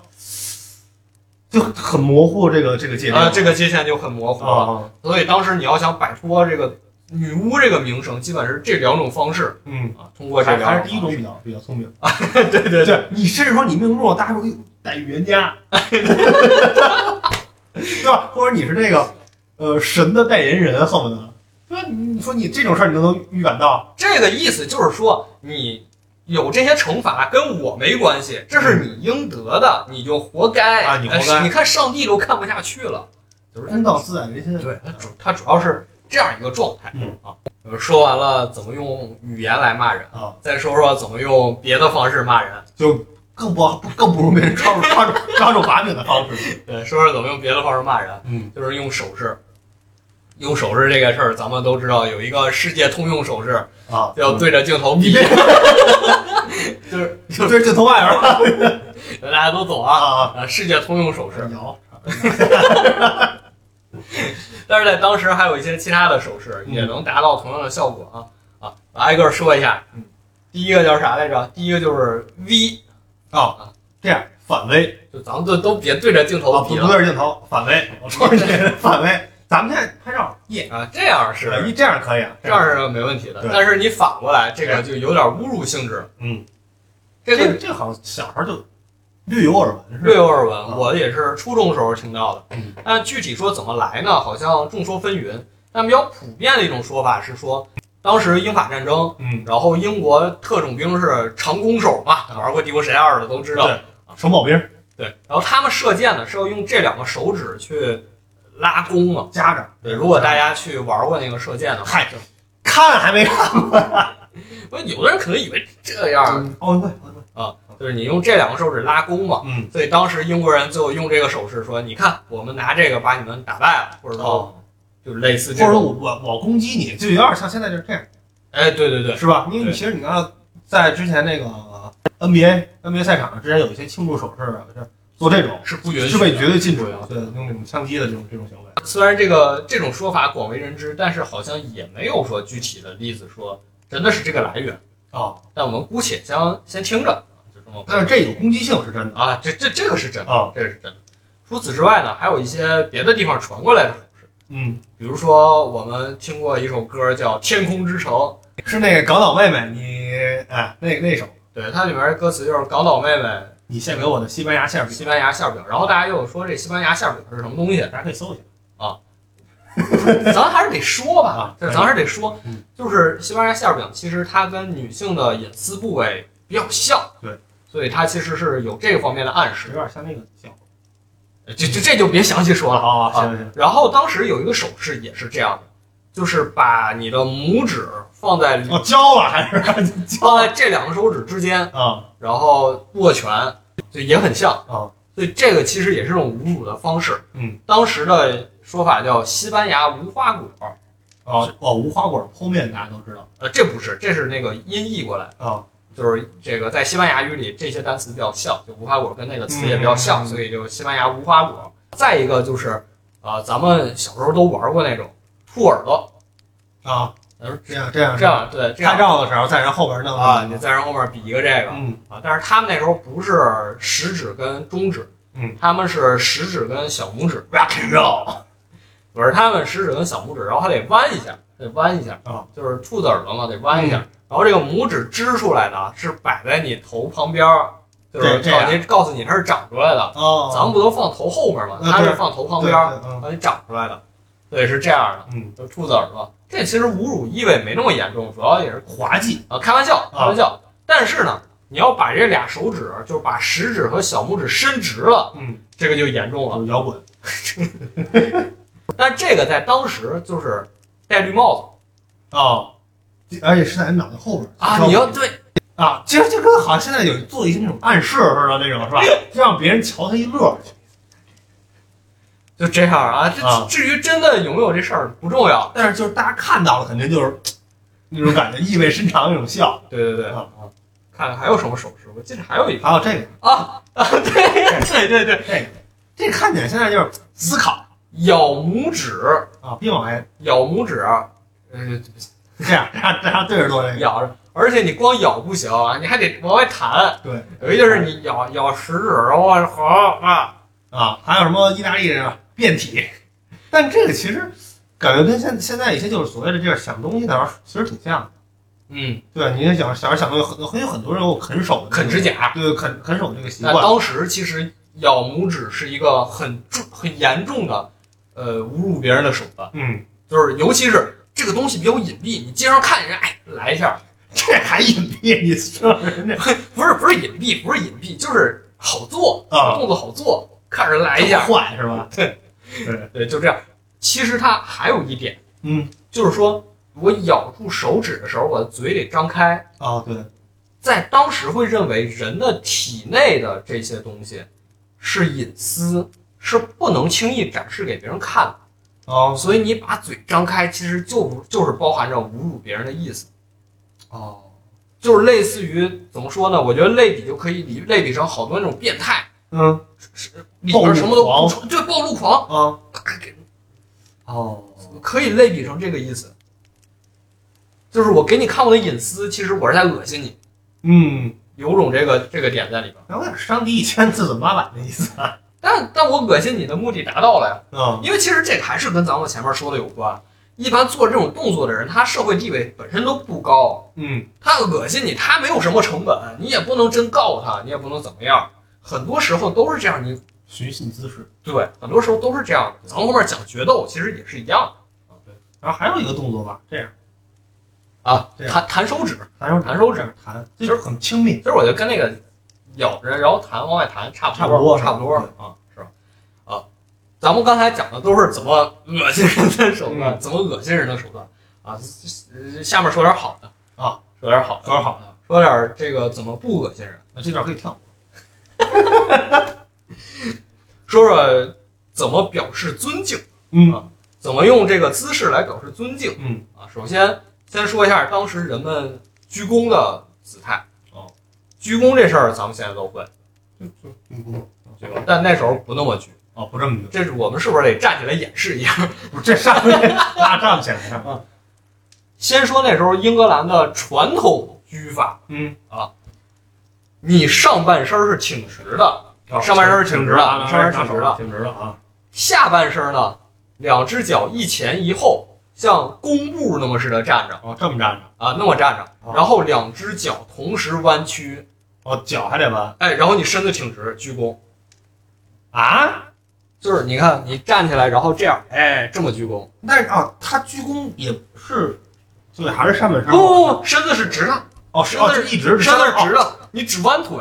就很模糊这个这个界他定啊，这个界限就很模糊了。啊，所以当时你要想摆脱这个女巫这个名声，基本是这两种方式嗯。啊，通过这还两还是第一方种式，比较比较聪明。对对对，对你甚至说你命中，大家说哎呦带预言家， 对吧？或者你是这个呃神的代言人，恨不得。对吧，你说你这种事儿你都能预感到，这个意思就是说你。有这些惩罚跟我没关系，这是你应得的，你就活该嗯啊你活该哎你看上帝都看不下去了，就是人道自在人心。对，它主它主要是这样一个状态。嗯啊，呃说完了怎么用语言来骂人，啊，再说说怎么用别的方式骂人。更不更不如被人抓住 抓住抓住把柄的方式。对，说说怎么用别的方式骂人，嗯，就是用手势。用手势这个事儿，咱们都知道有一个世界通用手势，啊，要对着镜头比，嗯就是对着镜头外边儿 大家都懂啊啊，啊，世界通用手势。摇但是在当时还有一些其他的手势嗯也能达到同样的效果啊啊，挨个儿说一下。嗯，第一个叫啥来着？第一个就是 V 啊，这样反微。就咱们就都别对着镜啊，头不哦比不了对着镜头反微， 我说这个反微，咱们现在拍照耶，啊，这样是一这样可以啊，这样是没问题的对，但是你反过来这个就有点侮辱性质。嗯，这这个个这个好像小时候就略有耳闻，是略吧？有耳闻，嗯我也是初中时候听到的。那具体说怎么来呢？好像众说纷纭。但比较普遍的一种说法是说，当时英法战争，嗯，然后英国特种兵是长弓手嘛，玩过《帝国时代二》的都知道。啊对城堡兵对，然后他们射箭呢是要用这两个手指去拉弓嘛。夹着，对，如果大家去玩过那个射箭的 话，嗨，看还没看不是有的人可能以为这样，啊奥运会，奥运会，就是你用这两个手指拉弓嘛。嗯，所以当时英国人最后用这个手势说：“你看，我们拿这个把你们打败了，或者说哦，就类似或这者说种。我我我攻击你，就有点像现在就是这样。”哎，对对对，是吧？因为对你其实你看，在之前那个 NBA NBA 赛场上，之前有一些庆祝手势啊，就是做这种是不允许是被绝对禁止的的，对，用那种枪击的这种这种行为。虽然这个这种说法广为人知，但是好像也没有说具体的例子说真的是这个来源。哦，但我们姑且先先听着，就这么但是这有攻击性是真的啊，这这这个是真的，啊，这个是真的。除此之外呢，还有一些别的地方传过来的故事，嗯，比如说我们听过一首歌叫《天空之城》，是那个搞倒妹妹，你哎，那那首对，它里面的歌词就是“搞倒妹妹”。你献给我的西班牙馅饼，西班牙馅饼，然后大家又有说这西班牙馅饼是什么东 西，大家可以搜一下。咱还是得说吧啊，这咱还是得说嗯，就是西班牙馅饼其实它跟女性的隐私部位比较像，对，所以它其实是有这方面的暗有示，点像那个小这这这就别详细说了。啊，行行，然后当时有一个手势也是这样的，就是把你的拇指放在哦，教了还是 放在这两个手指之间，啊然后握拳，就也很像啊。所以这个其实也是一种侮辱的方式。嗯，当时的说法叫西班牙无花果，哦哦，无花果剖面大家都知道呃，这不是，这是那个音译过来，啊，就是这个在西班牙语里这些单词比较像，就无花果跟那个词也比较像，嗯所以就西班牙无花果。再一个就是，呃，咱们小时候都玩过那种兔耳朵，啊，这样这样这样对这拍样照的时候在人后边弄啊，你在人后面比一个这个，嗯啊，但是他们那时候不是食指跟中指，嗯，他们是食指跟小拇指， rock and roll 不是他们食指跟小拇指，然后还得弯一下，得弯一下啊，嗯就是兔子耳朵嘛，得弯一下，然后这个拇指支出来的啊是摆在你头旁边儿，就是对这样告你告诉你它是长出来的，哦，咱们不都放头后面吗？嗯它是对放头旁对边儿，对嗯让你长出来的，对，是这样的，嗯，就兔子耳朵，这其实侮辱意味没那么严重，主要也是滑稽啊，开玩笑，开玩笑。但是呢，你要把这俩手指，就是把食指和小拇指伸直了，嗯，这个就严重了。有摇滚但这个在当时就是戴绿帽哦，而且是在脑袋后边子啊，你要对啊，其实就跟好像现在有做一些那种暗示似的那种是 吧？就让别人瞧他一乐就这样啊。这啊至于真的有没有这事儿不重要。但是就是大家看到了，肯定就是那种感觉意味深长那种笑对对对，啊。看看还有什么手势，我记得还有一个还有这个，啊啊，对对对对，这看起来现在就是思考咬拇指，啊，别往外咬拇指，呃，这样这样这样对着做这个，咬着。而且你光咬不行啊，你还得往外弹。对，有一就是你咬咬食指，然后往后啊，啊，还有什么意大利人啊变体，但这个其实感觉跟现现在一些就是所谓的这样想东西那玩意儿其实挺像的。嗯，对，啊你也想小时候想东西，很很有很多人有啃手的这啃个指甲。对啃啃手这嗯个习啊那惯。当时其实咬拇指是一个很重、很严重的，呃，侮辱别人的手段，嗯，就是尤其是这个东西比较隐蔽，你街上看人，哎，来一下，这还隐蔽，你说人家 不是不是隐蔽，不是隐蔽，就是好做，啊动作好做，看人来一下，坏是吧？对，就这样。其实它还有一点，嗯，就是说我咬住手指的时候，我的嘴得张开，哦，对，在当时会认为人的体内的这些东西是隐私，是不能轻易展示给别人看的。哦所以你把嘴张开，其实就不就是包含着侮辱别人的意思，哦，就是类似于怎么说呢？我觉得类比就可以理类比成好多那种变态，嗯里边什么都不出，对，暴露狂，啊，哦，可以类比成这个意思。就是我给你看我的隐私，其实我是在恶心你，嗯，有种这个这个点在里边。那有点上帝一千自损八百的意思啊。但但我恶心你的目的达到了呀，嗯因为其实这个还是跟咱们前面说的有关。一般做这种动作的人，他社会地位本身都不高，嗯，他恶心你，他没有什么成本，你也不能真告他，你也不能怎么样。很多时候都是这样，你寻衅滋事。对，很多时候都是这样的。咱们后面讲决斗，其实也是一样啊，对。然后还有一个动作吧，这样的啊对。弹弹手指，弹手指弹手指，弹，这就是很亲密。其实我觉得跟那个咬着然后弹往外弹差差不不多差不多啊，是吧？啊，咱们刚才讲的都是怎么恶心人的手段，怎么恶心人的手段啊。呃下面说点好的啊，说点好的，说点好的，说点这个怎么不恶心人，那这段可以跳。说说怎么表示尊敬，嗯怎么用这个姿势来表示尊敬嗯，啊。首先，先说一下当时人们鞠躬的姿态哦。鞠躬这事儿咱们现在都会，就就嗯嗯对吧？但那时候不那么鞠，哦，不这么这是我们是不是得站起来演示一下？不是这上面拉上起来啊。先说那时候英格兰的传统居法，啊嗯，你上半身是挺直的，嗯啊上半身是挺直的上半身是挺直的挺直的啊。下半身呢，两只脚一前一后，像弓步那么似的站着哦，这么站着。啊，那么站着哦，然后两只脚同时弯曲，哦，脚还得弯哎，然后你身子挺直，鞠躬，啊？就是你看你站起来，然后这样，哎，这么鞠躬，但是哦，他鞠躬也是，所以还是上半身。不不不，身子是直的，哦，是哦，身就子一直身子是哦直的，你只弯腿，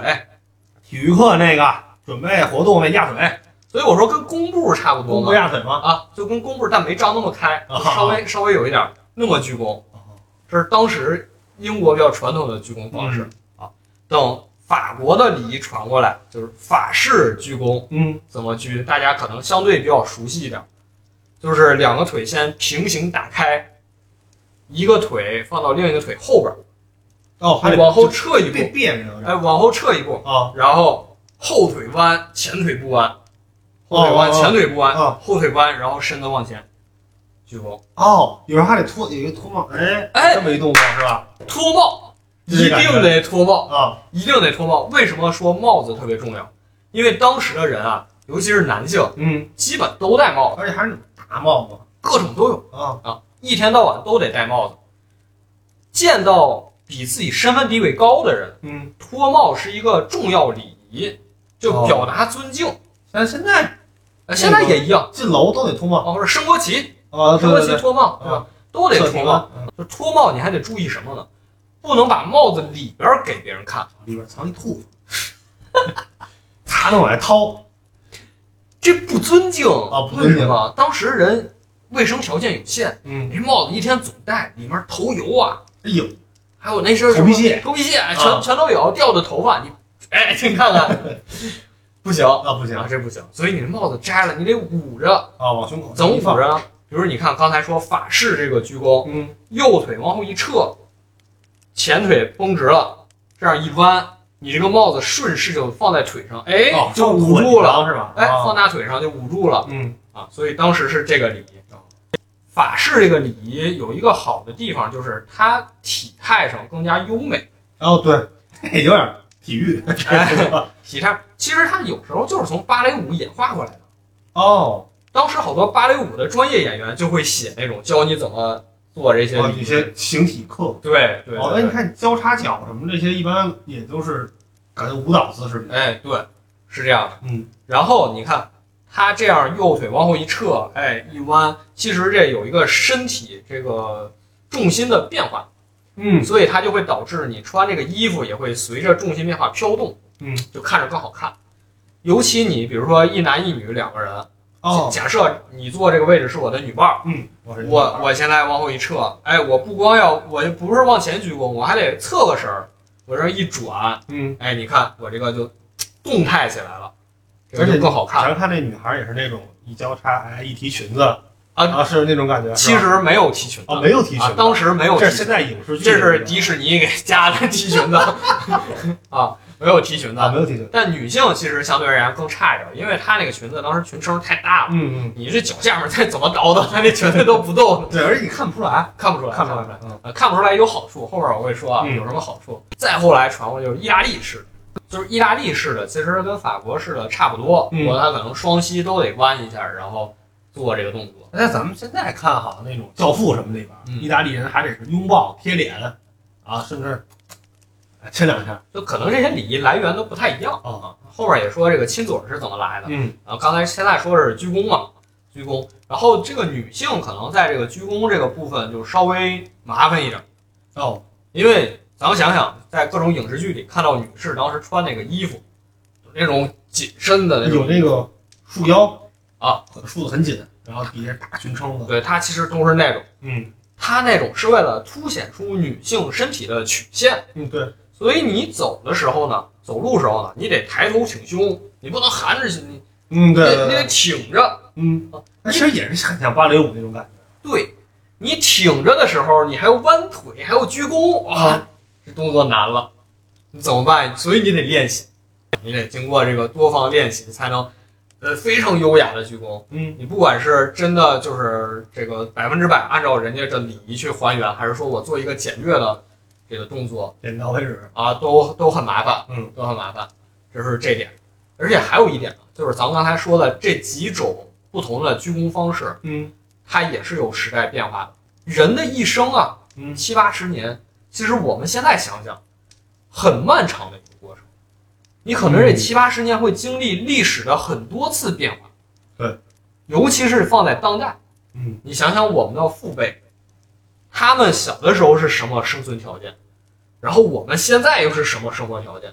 体育课那个准备活动那压腿，所以我说跟弓步差不多弓嘛步，压腿吗？啊，就跟弓步，但没张那么开，啊稍微稍微有一点儿那么鞠躬，这是当时英国比较传统的鞠躬方式、嗯啊。等法国的礼仪传过来，就是法式鞠躬嗯，怎么鞠，大家可能相对比较熟悉一点儿，就是两个腿先平行打开，一个腿放到另一个腿后边儿，哎哦，还得往后撤一别步，别扭着哎，往后撤一步，啊然后后腿弯，前腿不弯，后腿哦弯，哦哦前腿不弯，哦后腿弯，然后身子往前，鞠躬。哦，有时候还得脱，有一个脱帽，哎哎这么一动作是吧？脱帽，这是一感觉定得脱帽，啊，一定得脱帽。为什么说帽子特别重要？因为当时的人啊，尤其是男性，嗯，基本都戴帽子，而且还是大帽嘛各种都有啊，啊，一天到晚都得戴帽子。见到比自己身份地位高的人，嗯，脱帽是一个重要礼仪，就哦嗯表达尊敬。但现在呃现在也一样，进楼都得脱帽啊，或者升国旗，啊，对升国对旗对，啊脱帽，对吧？都得脱帽。了，嗯就脱帽你还得注意什么呢？不能把帽子里边儿给别人看。里边藏一兔子， 他能往外掏，这不尊敬啊不为尊敬什么？当时人卫生条件有限，嗯，这帽子一天总戴，里面头油啊，哎呦，还有那身什么头皮屑头皮屑全、啊全都有，掉的头发，你 哎，你看看，不行啊，啊不行啊，这不行，所以你这帽子摘了，你得捂着，往胸口怎么一捂放，着呢？比如你看刚才说法式这个鞠躬，嗯，右腿往后一撤，前腿绷直了，这样一弯，你这个帽子顺势就放在腿上，哎，哦就捂住了，是吧？哎，啊放大腿上就捂住了。嗯，啊，所以当时是这个礼仪。法式这个礼仪有一个好的地方，就是它体态上更加优美。哦对，嘿有点体育，哎体态其实它有时候就是从芭蕾舞演化过来的。哦，当时好多芭蕾舞的专业演员就会写那种教你怎么做这些哦礼有仪。些形体课。对对哦，那你对，看交叉脚什么这些，一般也都是感觉舞蹈姿势比较。哎对，是这样的。嗯，然后你看他这样右腿往后一撤，哎一弯，其实这有一个身体这个重心的变化。嗯，所以它就会导致你穿这个衣服也会随着重心变化飘动，嗯，就看着更好看。尤其你比如说一男一女两个人，哦，假设你坐这个位置是我的女伴儿，嗯，我是我我现在往后一撤，哎，我不光要我就不是往前鞠躬，我还得侧个身儿，我这一转，嗯，哎，你看我这个就动态起来了，这而个且就更好看。咱看那女孩也是那种一交叉，哎，一提裙子啊是那种感觉。是其吧实没有提裙子啊，没有提裙啊，子，当时没有提这裙是子现。在影视剧这里面是迪士尼给加的提裙子 啊，没有提裙子啊，，没有提裙子。但女性其实相对而言更差一点，因为她那个裙子当时裙撑太大了，嗯你这脚下面再怎么倒腾，她那裙子都不动，嗯，对，而且你看不出来，看不出来，看不不出来啊来。。呃，看不出来有好处，后面我会说啊，嗯有什么好处。再后来传过就是意大利式，就是意大利式的，其实跟法国式的差不不多，嗯不过它可能双膝都得弯一下，然后做这个动作。那咱们现在看好像那种《教父》什么那边，嗯意大利人还得是拥抱、贴脸啊，甚至哎亲两下。就可能这些礼仪来源都不太一样哦。后面也说这个亲嘴儿是怎么来的嗯啊，刚才现在说是鞠躬嘛，鞠躬。然后这个女性可能在这个鞠躬这个部分就稍微麻烦一点儿，哦，因为咱们想想，在各种影视剧里看到女士当时穿那个衣服，那种紧身的那种有那个束腰啊，束得很紧，然后底下大裙撑子。对，它其实都是那种，嗯它那种是为了凸显出女性身体的曲线，嗯，对，所以你走的时候呢，走路时候呢，你得抬头挺胸，你不能含着胸，你嗯你对得对你得对，挺着，嗯，那其实也是很像芭蕾舞那种感觉。对，你挺着的时候，你还要弯腿，还要鞠躬，啊哇，这动作难了，你怎么办？所以你得练习，你得经过这个多方练习才能，呃，非常优雅的鞠躬。嗯你不管是真的就是这个百分之百按照人家的礼仪去还原，还是说我做一个简略的这个动作点到为止。啊，都都很麻烦，嗯，都很麻烦，这是这点。而且还有一点啊，就是咱们刚才说的这几种不同的鞠躬方式，嗯它也是有时代变化的。人的一生啊，嗯，七八十年，其实我们现在想想，很漫长的一个过程。你可能这嗯七八十年会经历历史的很多次变化，对，尤其是放在当代，嗯，你想想我们的父辈，他们小的时候是什么生存条件，然后我们现在又是什么生活条件？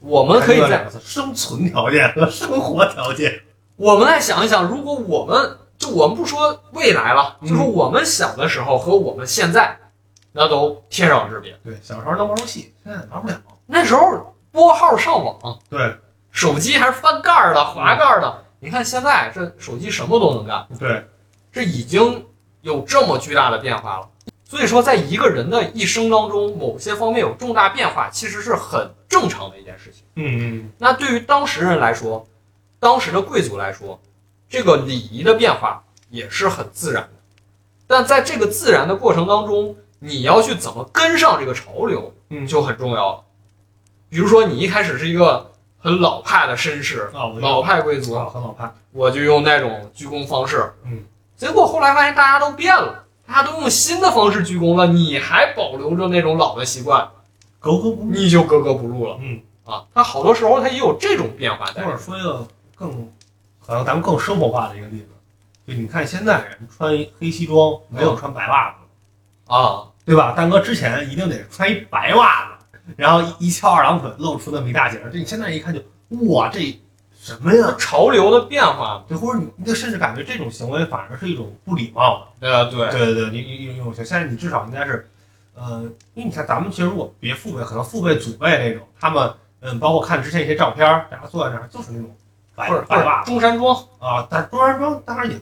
我我们可以在生存条件 和生活条件。我们来想一想，如果我们就我们不说未来了，嗯就说我们小的时候和我们现在，那都天壤之别。对，小时候能玩游戏，现在玩不了。那时候拨号上网，对嗯手机还是翻盖儿的、滑盖儿的。你看现在这手机什么都能干，对，这已经有这么巨大的变化了。所以说，在一个人的一生当中，某些方面有重大变化，其实是很正常的一件事情。嗯嗯那对于当时人来说，当时的贵族来说，这个礼仪的变化也是很自然的。但在这个自然的过程当中，你要去怎么跟上这个潮流，嗯，就很重要了。比如说，你一开始是一个很老派的绅士、啊，我就老派贵族，啊，很老派。我就用那种鞠躬方式。嗯，结果后来发现大家都变了，大家都用新的方式鞠躬了，你还保留着那种老的习惯，格格不入。你就格格不入了。嗯，啊，它好多时候它也有这种变化或在。者说一个更可能咱们更生活化的一个例子，就你看现在人穿一黑西装，没有穿白袜子，啊，对吧？蛋哥之前一定得穿一白袜子，然后一翘二郎腿，露出那么一大截儿。这你现在一看就哇，这什么呀？潮流的变化，对，或者你你就甚至感觉这种行为反而是一种不礼貌的。呃，对，对对对，你你你，我觉得现在你至少应该是，呃，因为你看咱们其实如果别父辈，可能父辈祖辈那种，他们嗯，包括看之前一些照片儿，大家坐在那儿就是那种白或者或白袜者子中山装啊，但中山装当然也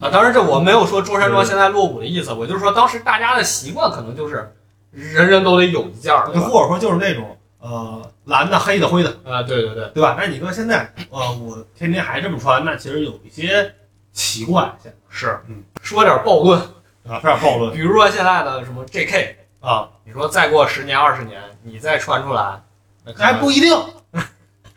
啊，当然这我没有说中山装对现在落伍的意思，我就是说当时大家的习惯可能就是人人都得有一件儿，对就吧？或者说就是那种呃蓝的、黑的、灰的，啊，对对对，对吧？那你说现在呃我天天还这么穿，那其实有一些奇怪，现是，嗯，说点暴论。在啊，有点暴论比如说现在的什么 JK，啊，你说再过十年二十年，你再穿出来，那可还能不一定。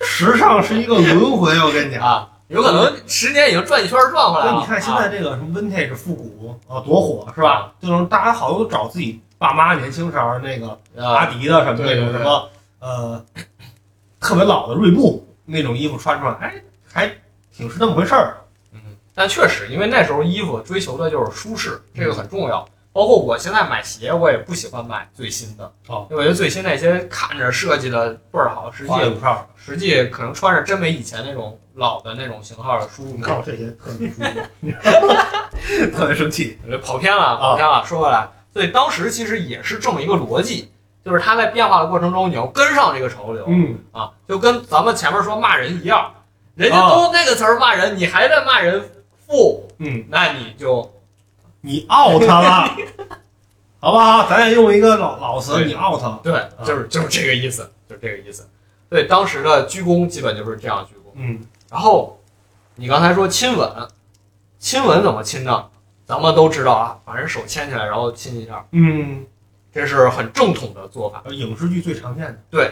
时尚是一个轮回，我跟你讲。啊，有可能十年已经转一圈儿转回来所以了。你看现啊在这个什么 vintage 复古啊，多火是吧？这种大家好多都找自己爸妈年轻时候那个阿啊，迪的什么那对对种对什么呃特别老的锐步那种衣服穿出来，哎，还挺是那么回事儿。嗯，但确实，因为那时候衣服追求的就是舒适，这个很重嗯要。包括我现在买鞋，我也不喜欢买最新的，哦因为我觉得最新那些看着设计的倍儿好，实际花里胡哨儿，实际可能穿着真没以前那种老的那种型号的舒服你感看。我这些特别舒服 特别生气。呃跑偏了，啊跑偏了。说回来，所以当时其实也是这么一个逻辑，就是它在变化的过程中，你要跟上这个潮流、嗯，啊，就跟咱们前面说骂人一样，人家啊都那个词儿骂人，你还在骂人富，嗯，那你就你 out 了，好不好？咱也用一个老老词，对你 out 了。对，就是就是这个意思，就是这个意思。所以当时的鞠躬基本就是这样鞠躬。嗯，然后你刚才说亲吻，亲吻怎么亲呢？咱们都知道啊，把人手牵起来，然后亲一下，嗯，这是很正统的做法。影视剧最常见的。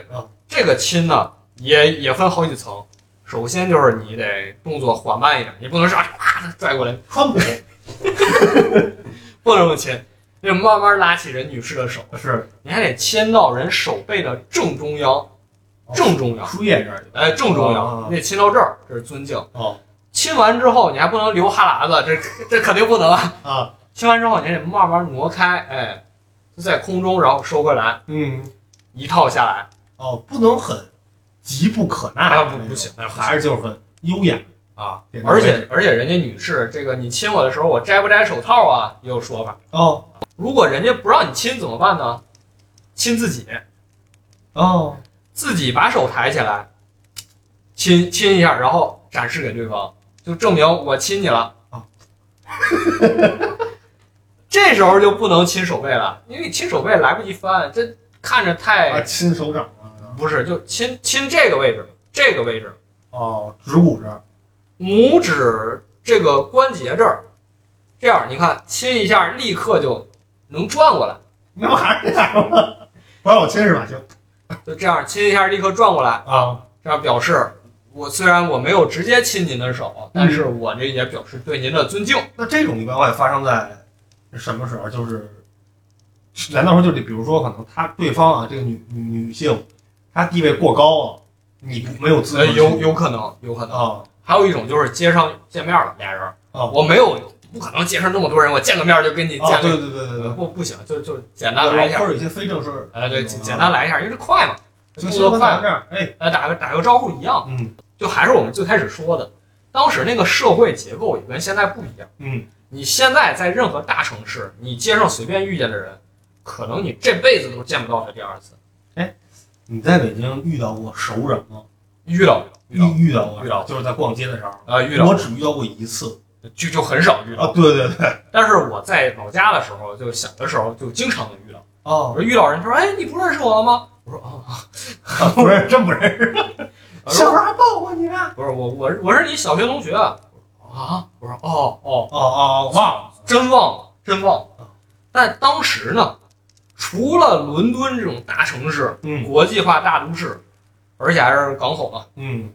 这个亲呢，也也分好几层。首先就是你得动作缓慢一点，你不能是啊啊拽过来，川普不能这么牵，就慢慢拉起人女士的手，是你还得牵到人手背的正中央，正中央，输液这儿哎，正中哦央，你得亲到这儿，这是尊敬。啊哦亲完之后，你还不能流哈喇子，这这肯定不能啊！啊，亲完之后，你还得慢慢挪开，哎，就在空中，然后收回来，嗯，一套下来，哦，不能很急不可耐，啊不不行那不行还是就是很优雅啊对！而且而且人家女士，这个你亲我的时候，我摘不摘手套啊？也有说法。哦如果人家不让你亲怎么办呢？亲自己，哦自己把手抬起来，亲亲一下，然后展示给对方，就证明我亲你了啊。 这时候就不能亲手背了，因为亲手背来不及翻，这看着啊，太亲手掌啊，不是，就亲亲这个位置，这个位置，哦，指骨这儿，拇指这个关节这儿，这样你看亲一下，立刻就能转过来，那不还是那样吗？ 不让我亲是吧？行就这样亲一下，立刻转过来，啊，这样表示我虽然我没有直接亲您的手，但是我这也表示对您的尊敬。那这种一般会发生在什么时候？就是难道说就是比如说，可能他对方啊，这个女女女性，她地位过高了，你不没有资格呃，去有有可能，有可能。啊还有一种就是街上见面了，俩人，哦我没有，不可能街上那么多人，我见个面就跟你见啊，个、对对对对对，不不行，就就简单来一或下，者有些非正式，啊呃，对，简简单来一下，因为这快嘛，嗯就动先作跟咱快，这儿，哎，呃，打个打个招呼一样，嗯就还是我们最开始说的，当时那个社会结构也跟现在不一样。嗯，你现在在任何大城市，你街上随便遇见的人，可能你这辈子都见不到他第二次。你在北京遇到过熟人吗？遇到遇到遇遇到过，遇到就是在逛街的时候，啊，遇到嗯我只遇到过一次就就很少遇啊，到。对对对，但是我在老家的时候，就小的时候就经常能遇到。我 哦，说遇到人，他说：“哎，你不认识我了吗不认识，真不啊认识，？”我小说时候还抱过你啊呢，：“不是我，我我是你小学同学。”啊，我说：“哦哦，哦哦，忘了，真忘了，真忘了。”啊但当时呢，除了伦敦这种大城市、嗯国际化大都市，而且还是港口呢，嗯，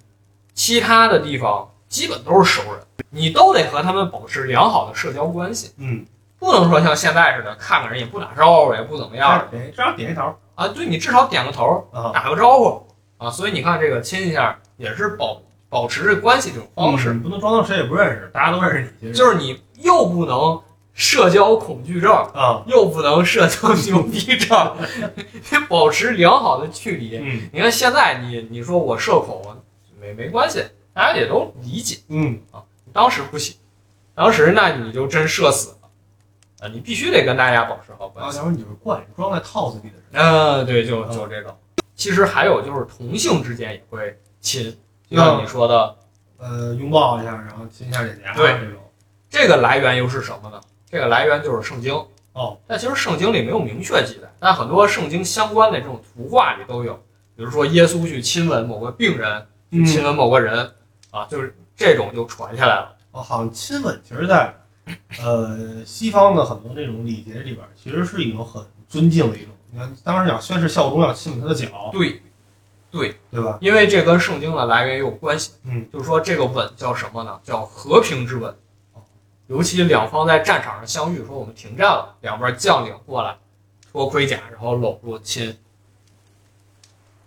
其他的地方基本都是熟人，你都得和他们保持良好的社交关系。嗯，不能说像现在似的，看个人也不打招呼，也不怎么样点点，这样点一头啊。对你至少点个头，啊，打个招呼啊。所以你看，这个亲一下也是保保持这关系这种方式，你嗯不能装作谁也不认识，大家都认识你，就是你又不能社交恐惧症，啊，又不能社交牛逼症，你 保持良好的距离。嗯你看现在你你说我社恐，没没关系，大家也都理解。嗯，当时不行，当时那你就真社死了啊！你必须得跟大家保持好关啊，系。要不然你就是怪，你装在套子里的人，嗯，对，就嗯就这种。其实还有就是同性之间也会亲，就像你说的，呃，拥抱一下，然后亲一下脸颊，对这种，这个来源又是什么呢？这个来源就是圣经。哦，但其实圣经里没有明确记载，但很多圣经相关的这种图画里都有，比如说耶稣去亲吻某个病人，嗯去亲吻某个人，啊，就是这种就传下来了。哦，好像亲吻其实在，呃，西方的很多这种礼节里边儿，其实是一种很尊敬的一种。你看，当时讲宣誓效忠要亲吻他的脚，对，对吧？因为这跟圣经的来源有关系。嗯，就是说这个吻叫什么呢？叫和平之吻。尤其两方在战场上相遇，说我们停战了，两边将领过来，脱盔甲，然后搂住亲，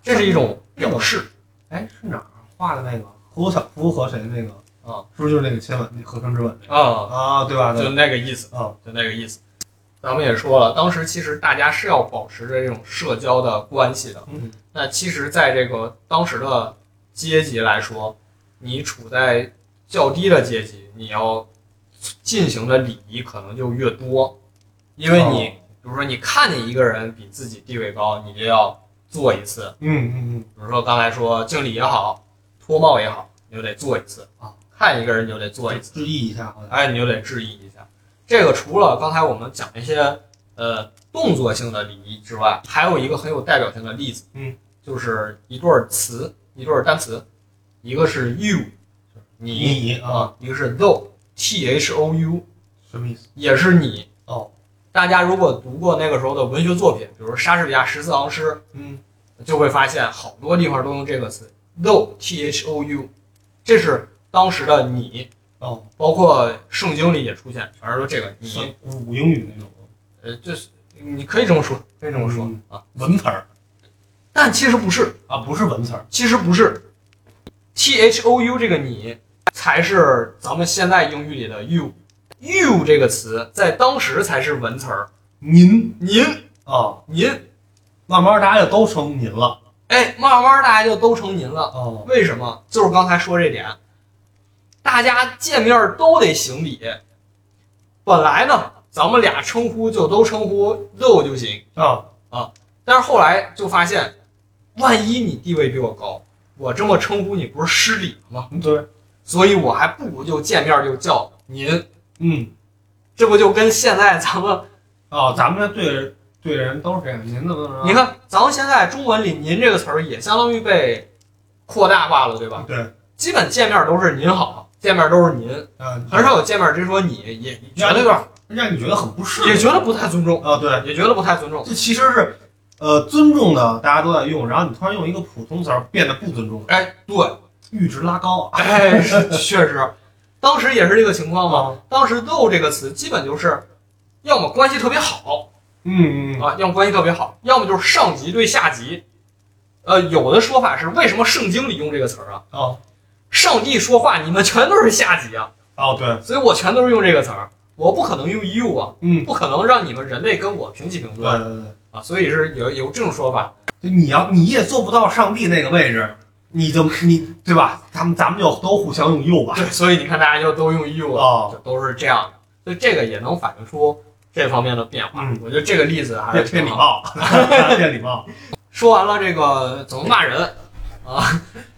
这是一种表示。哎，是哪儿画的那个哦和我想服务和谁那个啊？是不是就是那个亲吻那和平之吻那个啊、啊？对吧？就对，那个意思，啊，就那个意思。咱们也说了，当时其实大家是要保持着这种社交的关系的。嗯，那其实，在这个当时的阶级来说，你处在较低的阶级，你要进行的礼仪可能就越多，因为哦你、比如说你看见一个人比自己地位高，你就要做一次。嗯嗯比如说刚才说敬礼也好，脱帽也好，你就得做一次啊。看一个人你就得做一嗯，次，致意一下好像。哎，你就得质疑一下。这个除了刚才我们讲一些呃动作性的礼仪之外，还有一个很有代表性的例子，嗯，就是一对儿词，一对儿单词，一个是 you，你你啊，啊，一个是 thou，t h o u，什么意思？也是你哦。大家如果读过那个时候的文学作品，比如莎士比亚《十四行诗嗯，》，就会发现好多地方都用这个词 thou，t h o u。这是当时的你，哦，包括圣经里也出现，全是说这个算你，古嗯古英语那种呃，就是你可以这么说，可以这么说、嗯啊，文词儿但其实不是，啊，不是文词儿，其实不是，T H O U 这个你才是咱们现在英语里的 you。you 这个词在当时才是文词儿，您您啊，您，慢慢大家就都成您了哎，慢慢大家就都成您了。哦，为什么？就是刚才说这点，大家见面都得行礼。本来呢，咱们俩称呼就都称呼六就行，啊，但是后来就发现，万一你地位比我高，我这么称呼你不是失礼了吗？嗯对，所以我还不如就见面就叫您，嗯这不就跟现在咱们啊，咱们对对人都是这样，您怎么怎么着你看，咱们现在中文里“您”这个词儿也相当于被扩大化了，对吧？对，基本见面都是“您好”，见面都是“您”，嗯，很少有见面直说“你”，也也觉得有点让你觉得很不适也应觉得不太尊重，啊，对。也觉得不太尊重。这其实是，呃，尊重的大家都在用，然后你突然用一个普通词儿变得不尊重了，哎，对，阈值拉高啊。哎，是确实，当时也是这个情况嘛。哦当时“肉”这个词基本就是，要么关系特别好，嗯嗯嗯啊，要么关系特别好，要么就是上级对下级。呃，有的说法是，为什么圣经里用这个词儿啊？哦上帝说话，你们全都是下级啊，哦对，所以我全都是用这个词儿，我不可能用 you 啊，嗯不可能让你们人类跟我平起平对坐对对，啊，所以是有有这种说法。就你要你也做不到上帝那个位置，你就你对吧？他们咱们就都互相用右吧。对，所以你看大家就都用 you 了，哦，就都是这样的，所以这个也能反映出这方面的变化。嗯，我觉得这个例子还变是变挺礼好。貌， 变礼貌。说完了这个怎么骂人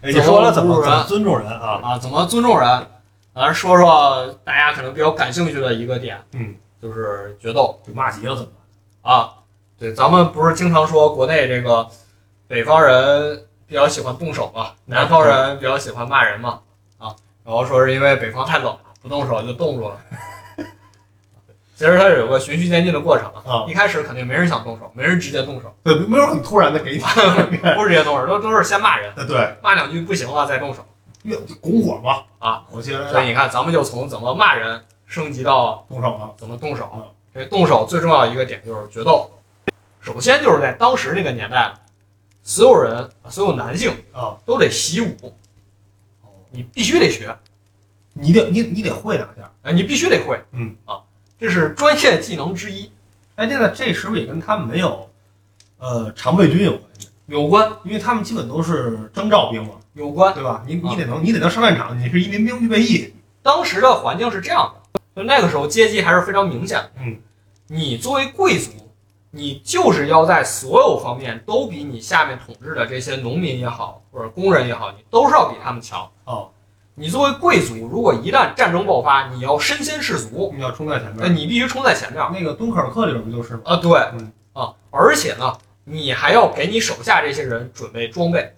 也说了怎么怎么怎么尊重人啊？啊，怎么尊重人？咱说说大家可能比较感兴趣的一个点，嗯，就是决斗就骂急了怎么办？啊。对，咱们不是经常说国内这个北方人比较喜欢动手嘛，南方人比较喜欢骂人嘛，啊，然后说是因为北方太冷了，不动手就冻住了。其实它是有个循序渐进的过程啊一开始肯定没人想动手，没人直接动 手，对，没有很突然的给你，不是直接动手，都都是先骂人，对，骂两句不行了再动手。越拱火嘛啊，我记得所以你看，咱们就从怎么骂人升级到动手了。怎么动嗯手。这动手最重要一个点就是决斗。首先就是在当时那个年代，所有人、所有男性啊都得习武，哦你必须得学，你得你你得会两下。哎，你必须得会，嗯啊，这是专业技能之一，哎，现在这是不是也跟他们没有，呃，常备军有关系？有关因为他们基本都是征召兵嘛，有关。对吧？你你得能，你得能上战场，你是一民兵预备役。当时的环境是这样的，就那个时候阶级还是非常明显的。嗯，你作为贵族。你就是要在所有方面都比你下面统治的这些农民也好，或者工人也好，你都是要比他们强。哦，你作为贵族，如果一旦战争爆发，你要身先士卒，哎你要冲在前那面。你必须冲在前面那个敦刻尔克里边不就是吗？啊！对嗯，啊，而且呢，你还要给你手下这些人准备装备，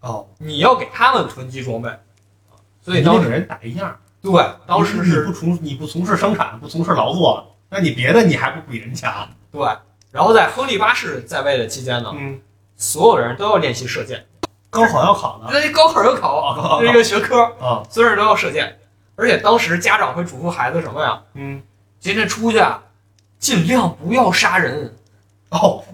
哦，你要给他们囤积装备，啊所以你得当给时人打一样。对，当时你你是不从你不从事生产，不从事劳作了，那你别的你还不比人强？对。然后在亨利八世在位的期间呢，嗯，所有人都要练习射箭，高考要考呢。啊那 高考有考，啊这是一个学科，啊，所有人都要射箭。而且当时家长会嘱咐孩子什么呀？嗯，今天出去啊，尽量不要杀人。哦，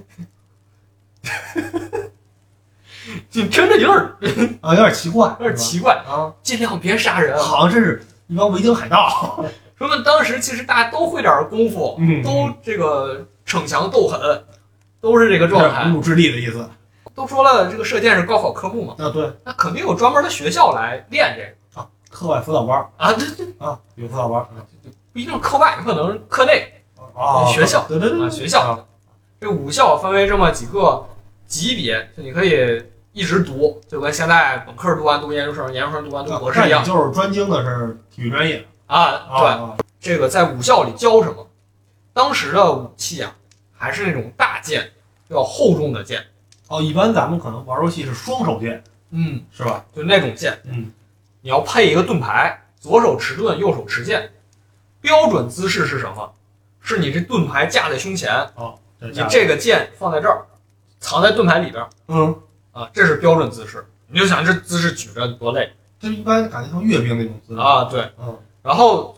你听着有点啊，有点奇怪，有点奇怪，是吧啊，尽量别杀人啊。好像这是一帮维京海盗。说明当时其实大家都会点儿功夫，嗯都这个逞强斗狠，都是这个状侮态。辱智力的意思。都说了，这个射箭是高考科目嘛，啊，对，那肯定有专门的学校来练这课外辅导班儿个啊。这这啊，有辅导班儿。不一定是课外，有可能是课内哦，学校对对对啊，对，学校。这武校分为这么几个级别，就你可以一直读，就跟现在本科读完读研究生，研究生读完读博士一啊那样你就是专精的是体育专业啊。对，啊，这个在武校里教什么？当时的武器啊，还是那种大剑，要厚重的剑，哦，一般咱们可能玩游戏是双手剑，嗯，是吧？就那种剑，嗯，你要配一个盾牌，左手持盾，右手持剑。标准姿势是什么？是你这盾牌架在胸前，这你这个剑放在这儿，藏在盾牌里边儿嗯，啊，这是标准姿势。你就想这姿势举着多累，就是一般感觉像阅兵那种姿势。啊，对，嗯，然后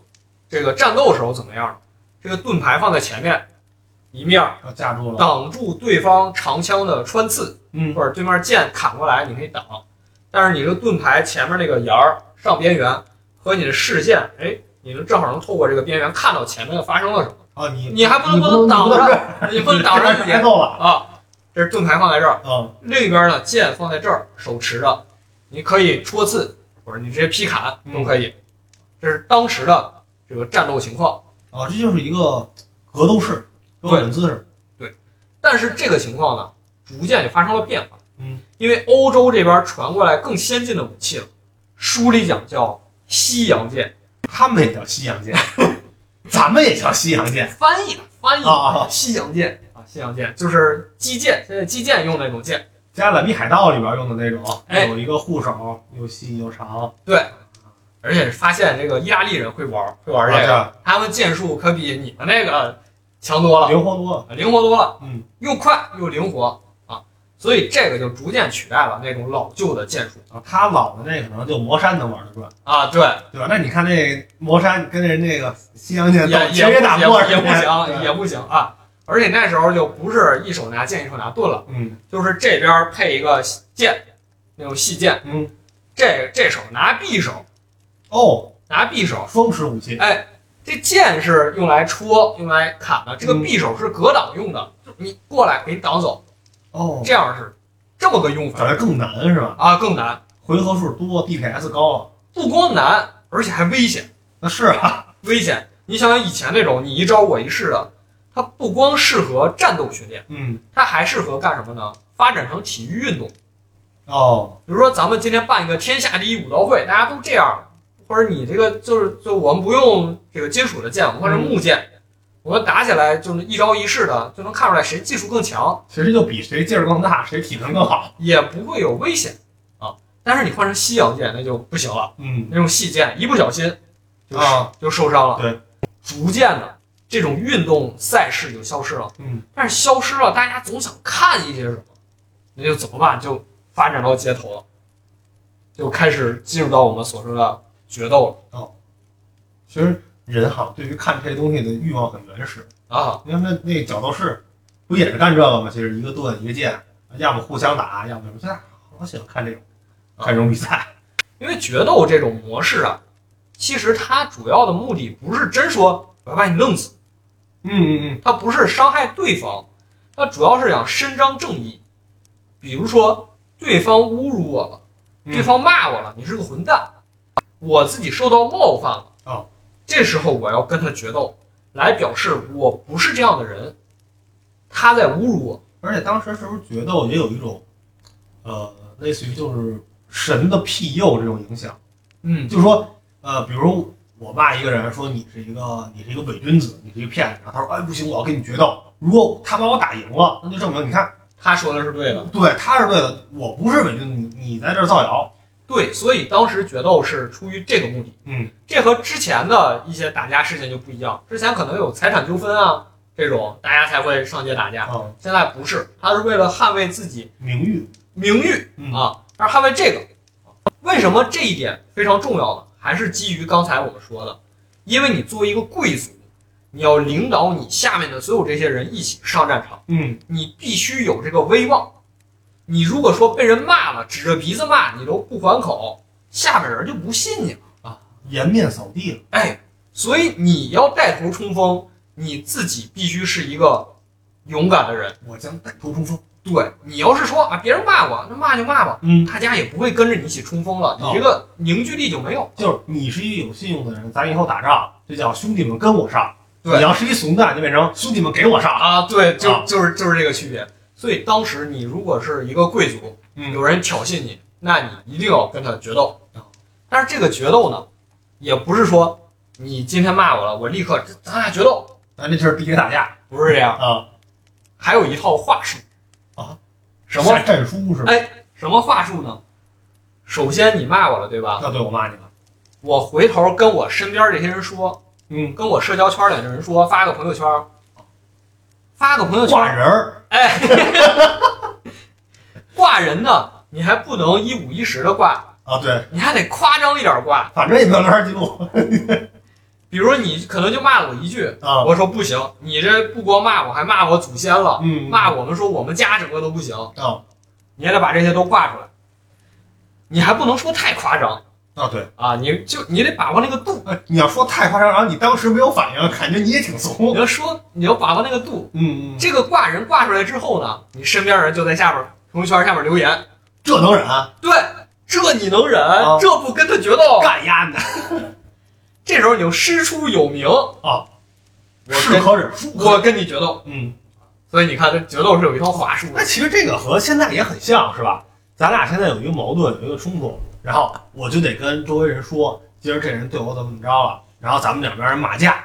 这个战斗时候怎么样？这个盾牌放在前面，一面儿要啊架住了。挡住对方长枪的穿刺，嗯，或者对面剑砍过来，你可以挡。但是你这个盾牌前面那个沿儿上边缘和你的视线，哎，你能正好能透过这个边缘看到前面发生了什么。啊，你你还不能你不能能挡你不能着，你不能挡着 自己挨揍了。啊！这是盾牌放在这儿，嗯，另一边呢剑放在这儿，手持着，你可以戳刺或者你直接劈砍都可以。这是当时的这个战斗情况，啊，这就是一个格斗式标准姿势。但是这个情况呢，逐渐也发生了变化。嗯，因为欧洲这边传过来更先进的武器了，书里讲叫西洋剑，他们也叫西 洋剑，咱们也叫西洋剑翻译吧翻译吧啊。西洋剑啊，西洋剑就是击剑，现在击剑用那种剑。加勒比海盗里边用的那种，哎有一个护手，又细又长。而且发现这个意大利人会玩儿，会玩儿这个，个他们剑术可比你们那个强多了，灵活多了。灵活多了，嗯，又快又灵活啊，所以这个就逐渐取代了那种老旧的剑术啊，他老的那可能就魔山能玩得转，啊，对，对吧？那你看那魔山跟人那个西洋剑斗也，直接也打不破也不行，对也不行啊。而且那时候就不是一手拿剑，一手拿盾了，嗯就是这边配一个剑，那种细剑，嗯，这这手拿匕首，哦，拿匕首，双持武器，这剑是用来戳、用来砍的，这个嗯匕首是格挡用的，就你过来给你挡走，哦，这样是这么个用反法正更难是吧？啊，更难，回合数多，DPS 高了，不光难，而且还危险，那是啊，危险。你想想以前那种你一招我一式的，它不光适合战斗训练，嗯，它还适合干什么呢？发展成体育运动。哦，比如说咱们今天办一个天下第一武道会，大家都这样，或者你这个就是就我们不用这个金属的剑，我们换成木剑，我们打起来就是一招一式的，就能看出来谁技术更强，其实就比谁劲儿更大，谁体能更好，也不会有危险啊。但是你换成西洋剑那就不行了，嗯，那种细剑一不小心就、啊，就受伤了。对，逐渐的这种运动赛事就消失了。嗯，但是消失了，大家总想看一些什么，那就怎么办？就发展到街头了，就开始进入到我们所说的决斗其实人哈对于看这些东西的欲望很原始，了啊。你看那那角斗士不也是干这个吗？其实一个盾一个剑，要么互相打，要么什么，现在好喜欢看这种看这种比赛，因为决斗这种模式啊，其实它主要的目的不是真说我要把你弄死，嗯嗯嗯。它不是伤害对方，它主要是想伸张正义。比如说，对方侮辱我了，嗯对方骂我了，你是个混蛋，我自己受到冒犯了哦这时候我要跟他决斗，来表示我不是这样的人，他在侮辱我。而且当时是不是决斗也有一种，呃，类似于就是神的庇佑这种影响？嗯，就是说，呃，比如我骂一个人说你是一个你是一个伪君子，你是一个骗子，然后他说哎不行，我要跟你决斗。如果他把我打赢了，那就证明你看，他说的是对的。对，他是为了我不是伪君子，你你在这儿造谣。对，所以当时决斗是出于这个目的。嗯，这和之前的一些打架事件就不一样，之前可能有财产纠纷啊这种，大家才会上街打架。啊，现在不是，他是为了捍卫自己名誉，名誉嗯啊，而捍卫这个，为什么这一点非常重要呢？还是基于刚才我们说的，因为你作为一个贵族，你要领导你下面的所有这些人一起上战场，嗯，你必须有这个威望。你如果说被人骂了，指着鼻子骂，你都不还口，下面人就不信你了。颜面扫地了。哎，所以你要带头冲锋，你自己必须是一个勇敢的人。我将带头冲锋。对你要是说啊，别人骂我，那骂就骂吧，嗯，大家也不会跟着你一起冲锋了，哦你这个凝聚力就没有。就是你是一个有信用的人，咱以后打仗就叫兄弟们跟我上。对你要是一怂蛋，就变成兄弟们给我上。啊，对，就、啊就是就是这个区别。所以当时你如果是一个贵族，嗯有人挑衅你，那你一定要跟他决斗啊。但是这个决斗呢，也不是说你今天骂我了，我立刻咱俩决斗，咱这就是地铁打架不是这样，啊，还有一套话术啊，什么战书是吧？什么话术呢？首先你骂我了，对吧？要对我骂你了。我回头跟我身边这些人说，嗯，跟我社交圈里的人说，发个朋友圈，发个朋友圈，挂人儿，哎，挂人呢，你还不能一五一十的挂，啊，对，你还得夸张一点挂。反正也没有聊天记录比如你可能就骂了我一句，啊，我说不行，你这不光骂我，还骂我祖先了，嗯，骂我们说我们家整个都不行啊，你也得把这些都挂出来。你还不能说太夸张啊，对，啊，你就你得把握那个度，哎你要说太夸张，然后你当时没有反应，感觉你也挺怂你，要说你要把握那个度。嗯，嗯这个挂人挂出来之后呢，你身边人就在下边朋友圈下面留言，这能忍？对，这你能忍，啊这不跟他决斗，干丫的，这时候你就师出有名啊，我是跟可忍，孰不可我跟你决斗，嗯，所以你看这决斗是有一套话术的那其实这个和现在也很像，是吧？咱俩现在有一个矛盾，有一个冲突，然后我就得跟周围人说，今儿这人对我怎么怎么着了，然后咱们两边人骂架、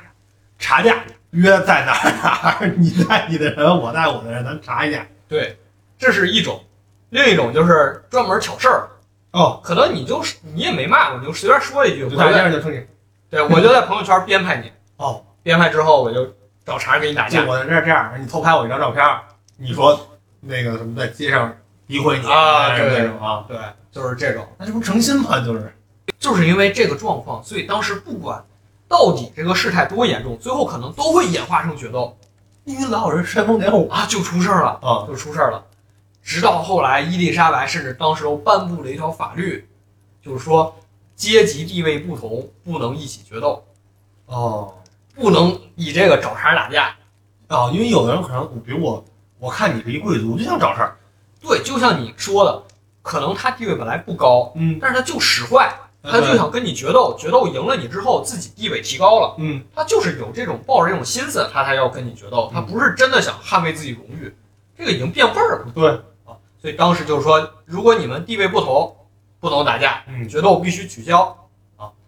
查架，约在哪儿哪儿， 你带你的人，我带我的人，咱查一下。对，这是一种，另一种就是专门挑事儿，哦，可能你就是你也没骂我，你就随便说一句，我就就大在家就生气，对我就在朋友圈编排你，哦， 编排之后我就找茬给你打就架我在这儿这样，你偷拍我一张照片，你说那个什么在街上诋毁你啊什么对那种啊，对，就是这种，那这不是成心吗？就是就是因为这个状况，所以当时不管到底这个事态多严重，最后可能都会演化成决斗因为老有人煽风点火啊，就出事儿了，啊，就出事儿了。直到后来，伊丽莎白甚至当时都颁布了一条法律，就是说阶级地位不同，不能一起决斗。哦。不能以这个找茬打架。啊，因为有的人可能，比如我，我看你是一贵族，我就想找事儿。对，就像你说的，可能他地位本来不高，嗯，但是他就使坏，他就想跟你决斗，决斗赢了你之后，自己地位提高了，嗯，他就是有这种抱着这种心思，他才要跟你决斗，他嗯不是真的想捍卫自己荣誉，这个已经变味儿了。对，所以当时就是说，如果你们地位不同，不能打架，嗯，决斗必须取消。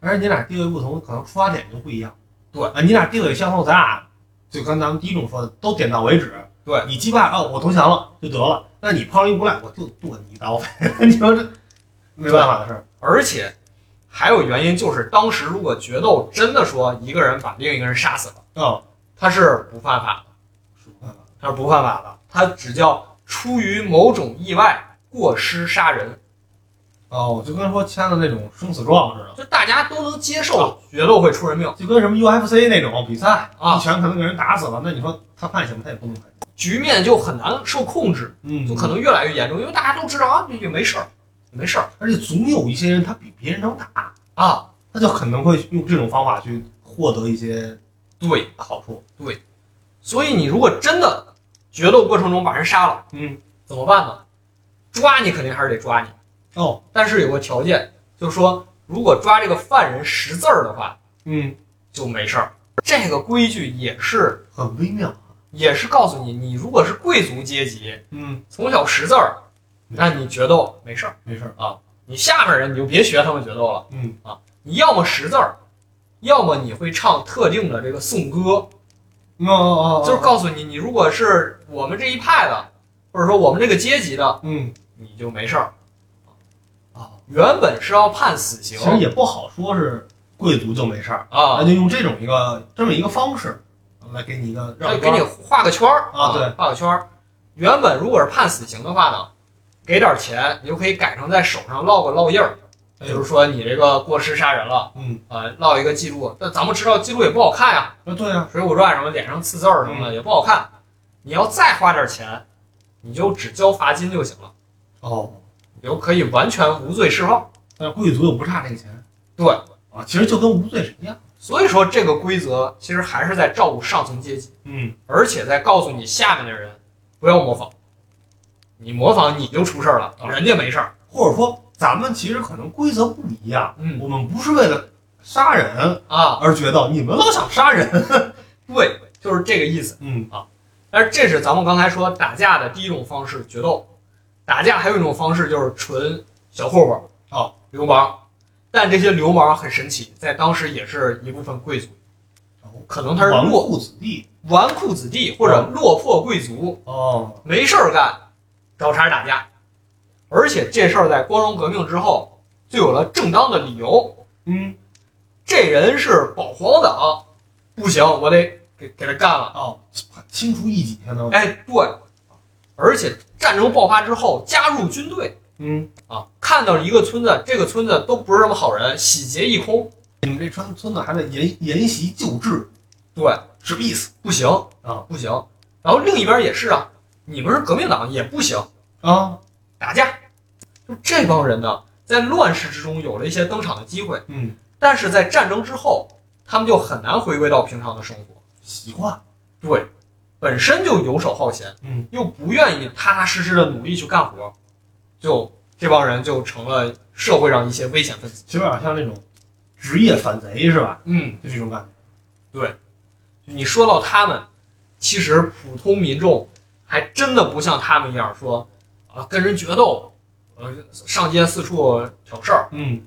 而且你俩地位不同，可能出发点就不一样。对啊，你俩地位相同，咱俩就跟咱们第一种说的，都点到为止。对你击败哦，我投降了就得了。那你碰上一无赖，我就剁你一刀呗。 你说这没办法的事儿。而且还有原因就是，当时如果决斗真的说一个人把另一个人杀死了，哦，他是不犯法的。是不办法他是不犯法的，他只叫出于某种意外过失杀人，哦，就跟说签的那种生死状似的，就大家都能接受决斗会出人命。就跟什么 UFC 那种比赛，啊一拳可能给人打死了，那你说他判刑，他也不能判刑。局面就很难受控制，嗯就可能越来越严重，因为大家都知道啊，也没事儿，没事儿而且总有一些人他比别人能打，啊。他就可能会用这种方法去获得一些对，好处。所以你如果真的决斗过程中把人杀了，嗯，怎么办呢？抓你肯定还是得抓你，哦，但是有个条件，就是说如果抓这个犯人识字儿的话，嗯，就没事儿。这个规矩也是很微妙。也是告诉你，你如果是贵族阶级，嗯，从小识字儿，嗯那你决斗没事儿，没事儿。你下面人你就别学他们决斗了。嗯啊，你要么识字儿，要么你会唱特定的这个颂歌，哦哦就是告诉你，你如果是我们这一派的，或者说我们这个阶级的，嗯你就没事儿。啊，原本是要判死其实刑也不好说是贵族就没事儿，那啊，就用这种一个这么一个方式来给你一个他让就给你画个圈儿啊对画个圈儿。原本如果是判死刑的话呢，给点儿钱，你就可以改成在手上烙个烙印儿，哎就是说你这个过失杀人了。嗯，啊，烙一个记录，但咱们知道记录也不好看呀，啊对啊， 《水浒传》什么脸上刺字儿什嗯么的也不好看。你要再花点钱，你就只交罚金就行了，哦，你就可以完全无罪释放。但是贵族又不差这个钱。对啊，其实就跟无罪是一样。所以说，这个规则其实还是在照顾上层阶级，嗯，而且在告诉你下面的人不要模仿，你模仿你就出事儿了，啊人家没事儿。或者说咱们其实可能规则不一样，嗯我们不是为了杀人啊，而决斗，你们老想杀人。 对，就是这个意思。嗯但是这是咱们刚才说打架的第一种方式，决斗。打架还有一种方式就是纯小混混，哦，流氓。但这些流氓啊很神奇，在当时也是一部分贵族，可能他是纨落绔子弟。纨绔子弟或者落魄贵族，哦。没事儿干，找茬打架。而且这事儿在光荣革命之后就有了正当的理由，嗯，这人是保皇党，不行，我得给给他干了。哦，清除异己相当于。啊哎，对，而且战争爆发之后加入军队，嗯，啊，看到一个村子，这个村子都不是什么好人，洗劫一空，你们这村村子还得沿沿袭旧制，对，什么意思不行啊，不行。然后另一边也是啊，你们是革命党也不行，啊？打架。就这帮人呢，在乱世之中有了一些登场的机会，嗯，但是在战争之后，他们就很难回归到平常的生活。习惯，对，本身就游手好闲，嗯，又不愿意踏踏实实的努力去干活，就这帮人就成了社会上一些危险分子。其实有点像那种职业反贼是吧？嗯，就这种感觉。你说到他们，其实普通民众还真的不像他们一样说啊跟人决斗，呃上街四处挑事儿，嗯，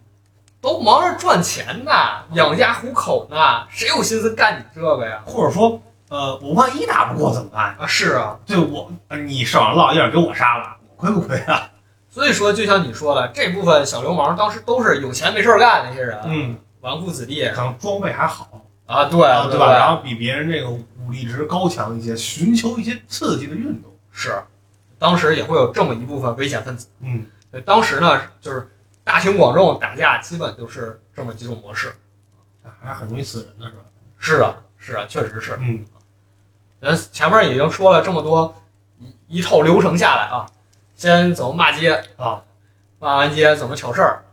都忙着赚钱呢，养家糊口呢，谁有心思干你这个呀？或者说，呃，我万一打不过怎么办？啊，是啊，对我，呃你手上烙印儿给我杀了，我亏不亏啊？所以说，就像你说的，这部分小流氓当时都是有钱没事儿干的那些人，嗯，纨绔子弟可能装备还好，啊，对啊对吧？然后比别人这个武力值高强一些，寻求一些刺激的运动。是，当时也会有这么一部分危险分子。嗯，对，当时呢，就是大庭广众打架，基本就是这么几种模式。啊还是很容易死人的是吧？是啊，是啊，确实是。嗯，咱呃前面已经说了这么多，一一套流程下来啊，先怎么骂街啊，骂完街怎么挑事儿，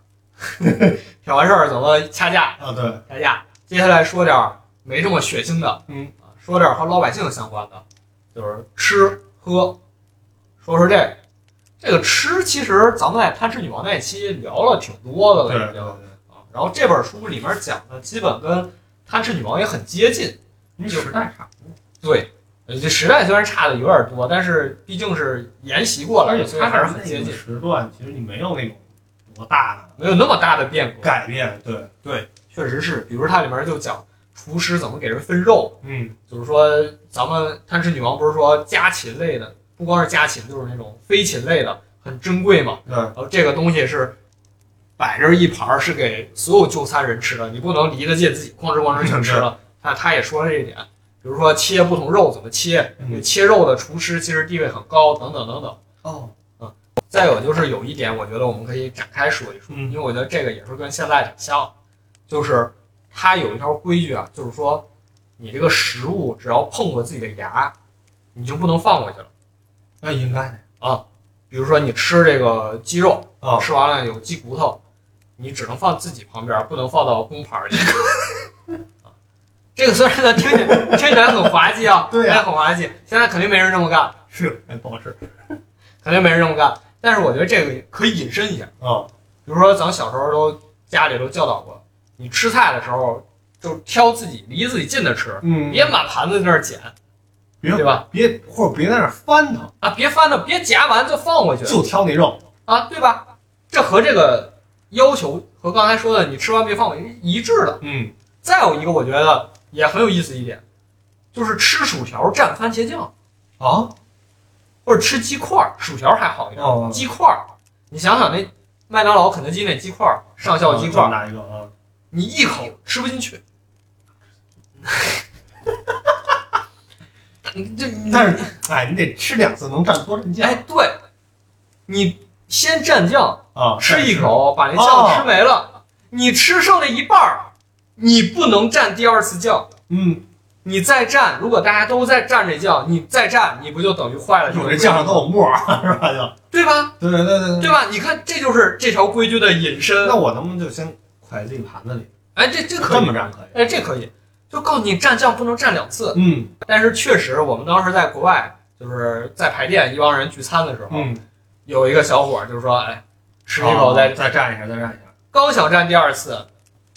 挑完事儿怎么掐架，啊，对，大家接下来说点儿没这么血腥的，嗯啊，说点儿和老百姓相关的，就是吃喝。说说这个，这个吃其实咱们在《贪吃女王》那期聊了挺多的对了，已对经对啊。。然后这本书里面讲的基本跟《贪吃女王》也很接近，你就时代差不多，对。呃这时代虽然差的有点多，但是毕竟是沿袭过来而的，且所以它还是是很接那个近，时段，其实你没有那种多大的没有那么大的变革。改变。对，确实是，比如它里面就讲厨师怎么给人分肉，嗯，就是说，咱们贪吃女王不是说家禽类的，不光是家禽，就是那种飞禽类的，很珍贵嘛。对，然后这个东西是摆着一盘儿，是给所有就餐人吃的，你不能离得近自己哐哧哐哧全吃了。他他也说了这一点，比如说切不同肉怎么切，嗯对切肉的厨师其实地位很高，等等等等。哦，再有就是有一点，我觉得我们可以展开说一说，因嗯为我觉得这个也是跟现在挺像的，就是它有一条规矩啊，就是说你这个食物只要碰过自己的牙，你就不能放过去了。那应该的。比如说你吃这个鸡肉，啊吃完了有鸡骨头，你只能放自己旁边，不能放到公盘里。啊这个虽然它听起来听起来很滑稽啊， 对啊哎很滑稽，现在肯定没人这么干，是，哎，不好吃。肯定没人这么干。但是我觉得这个可以引申一下。啊，比如说咱小时候都家里都教导过，你吃菜的时候就挑自己离自己近的吃，嗯别满盘子在那儿捡，别对吧？别或者别在那儿翻腾，啊，别翻着，别夹完就放回去就挑那肉。啊，对吧？这和这个要求和刚才说的你吃完别放回去一致的。嗯，再有一个，我觉得也很有意思一点，就是吃薯条蘸番茄酱，啊，哦或者吃鸡块儿，薯条还好一点，哦，鸡块儿，你想想那麦当劳、肯德基那鸡块儿，上校鸡块这么儿，大一个啊，你一口吃不进去。 你这你但是哎，你得吃两次，能蘸多蘸酱哎，对，你先蘸酱啊，吃一口。口，把那酱吃没了，你吃剩那一半儿，你不能蘸第二次酱。嗯，你再蘸，如果大家都在蘸这酱，你再蘸，你不就等于坏了？哎有这酱上都有沫儿，啊是吧？就对吧？对对对对。吧？你看，这就是这条规矩的引申那。我能不能就先蒯自己盘子里？哎，这这可这以么，蘸可以。哎，这可以，就告诉你蘸酱不能蘸两次。嗯但是确实，我们当时在国外，就是在排店一帮人聚餐的时候，嗯，有一个小伙儿就说：“哎，吃一哦口再再蘸一下，再蘸一下。刚想蘸第二次，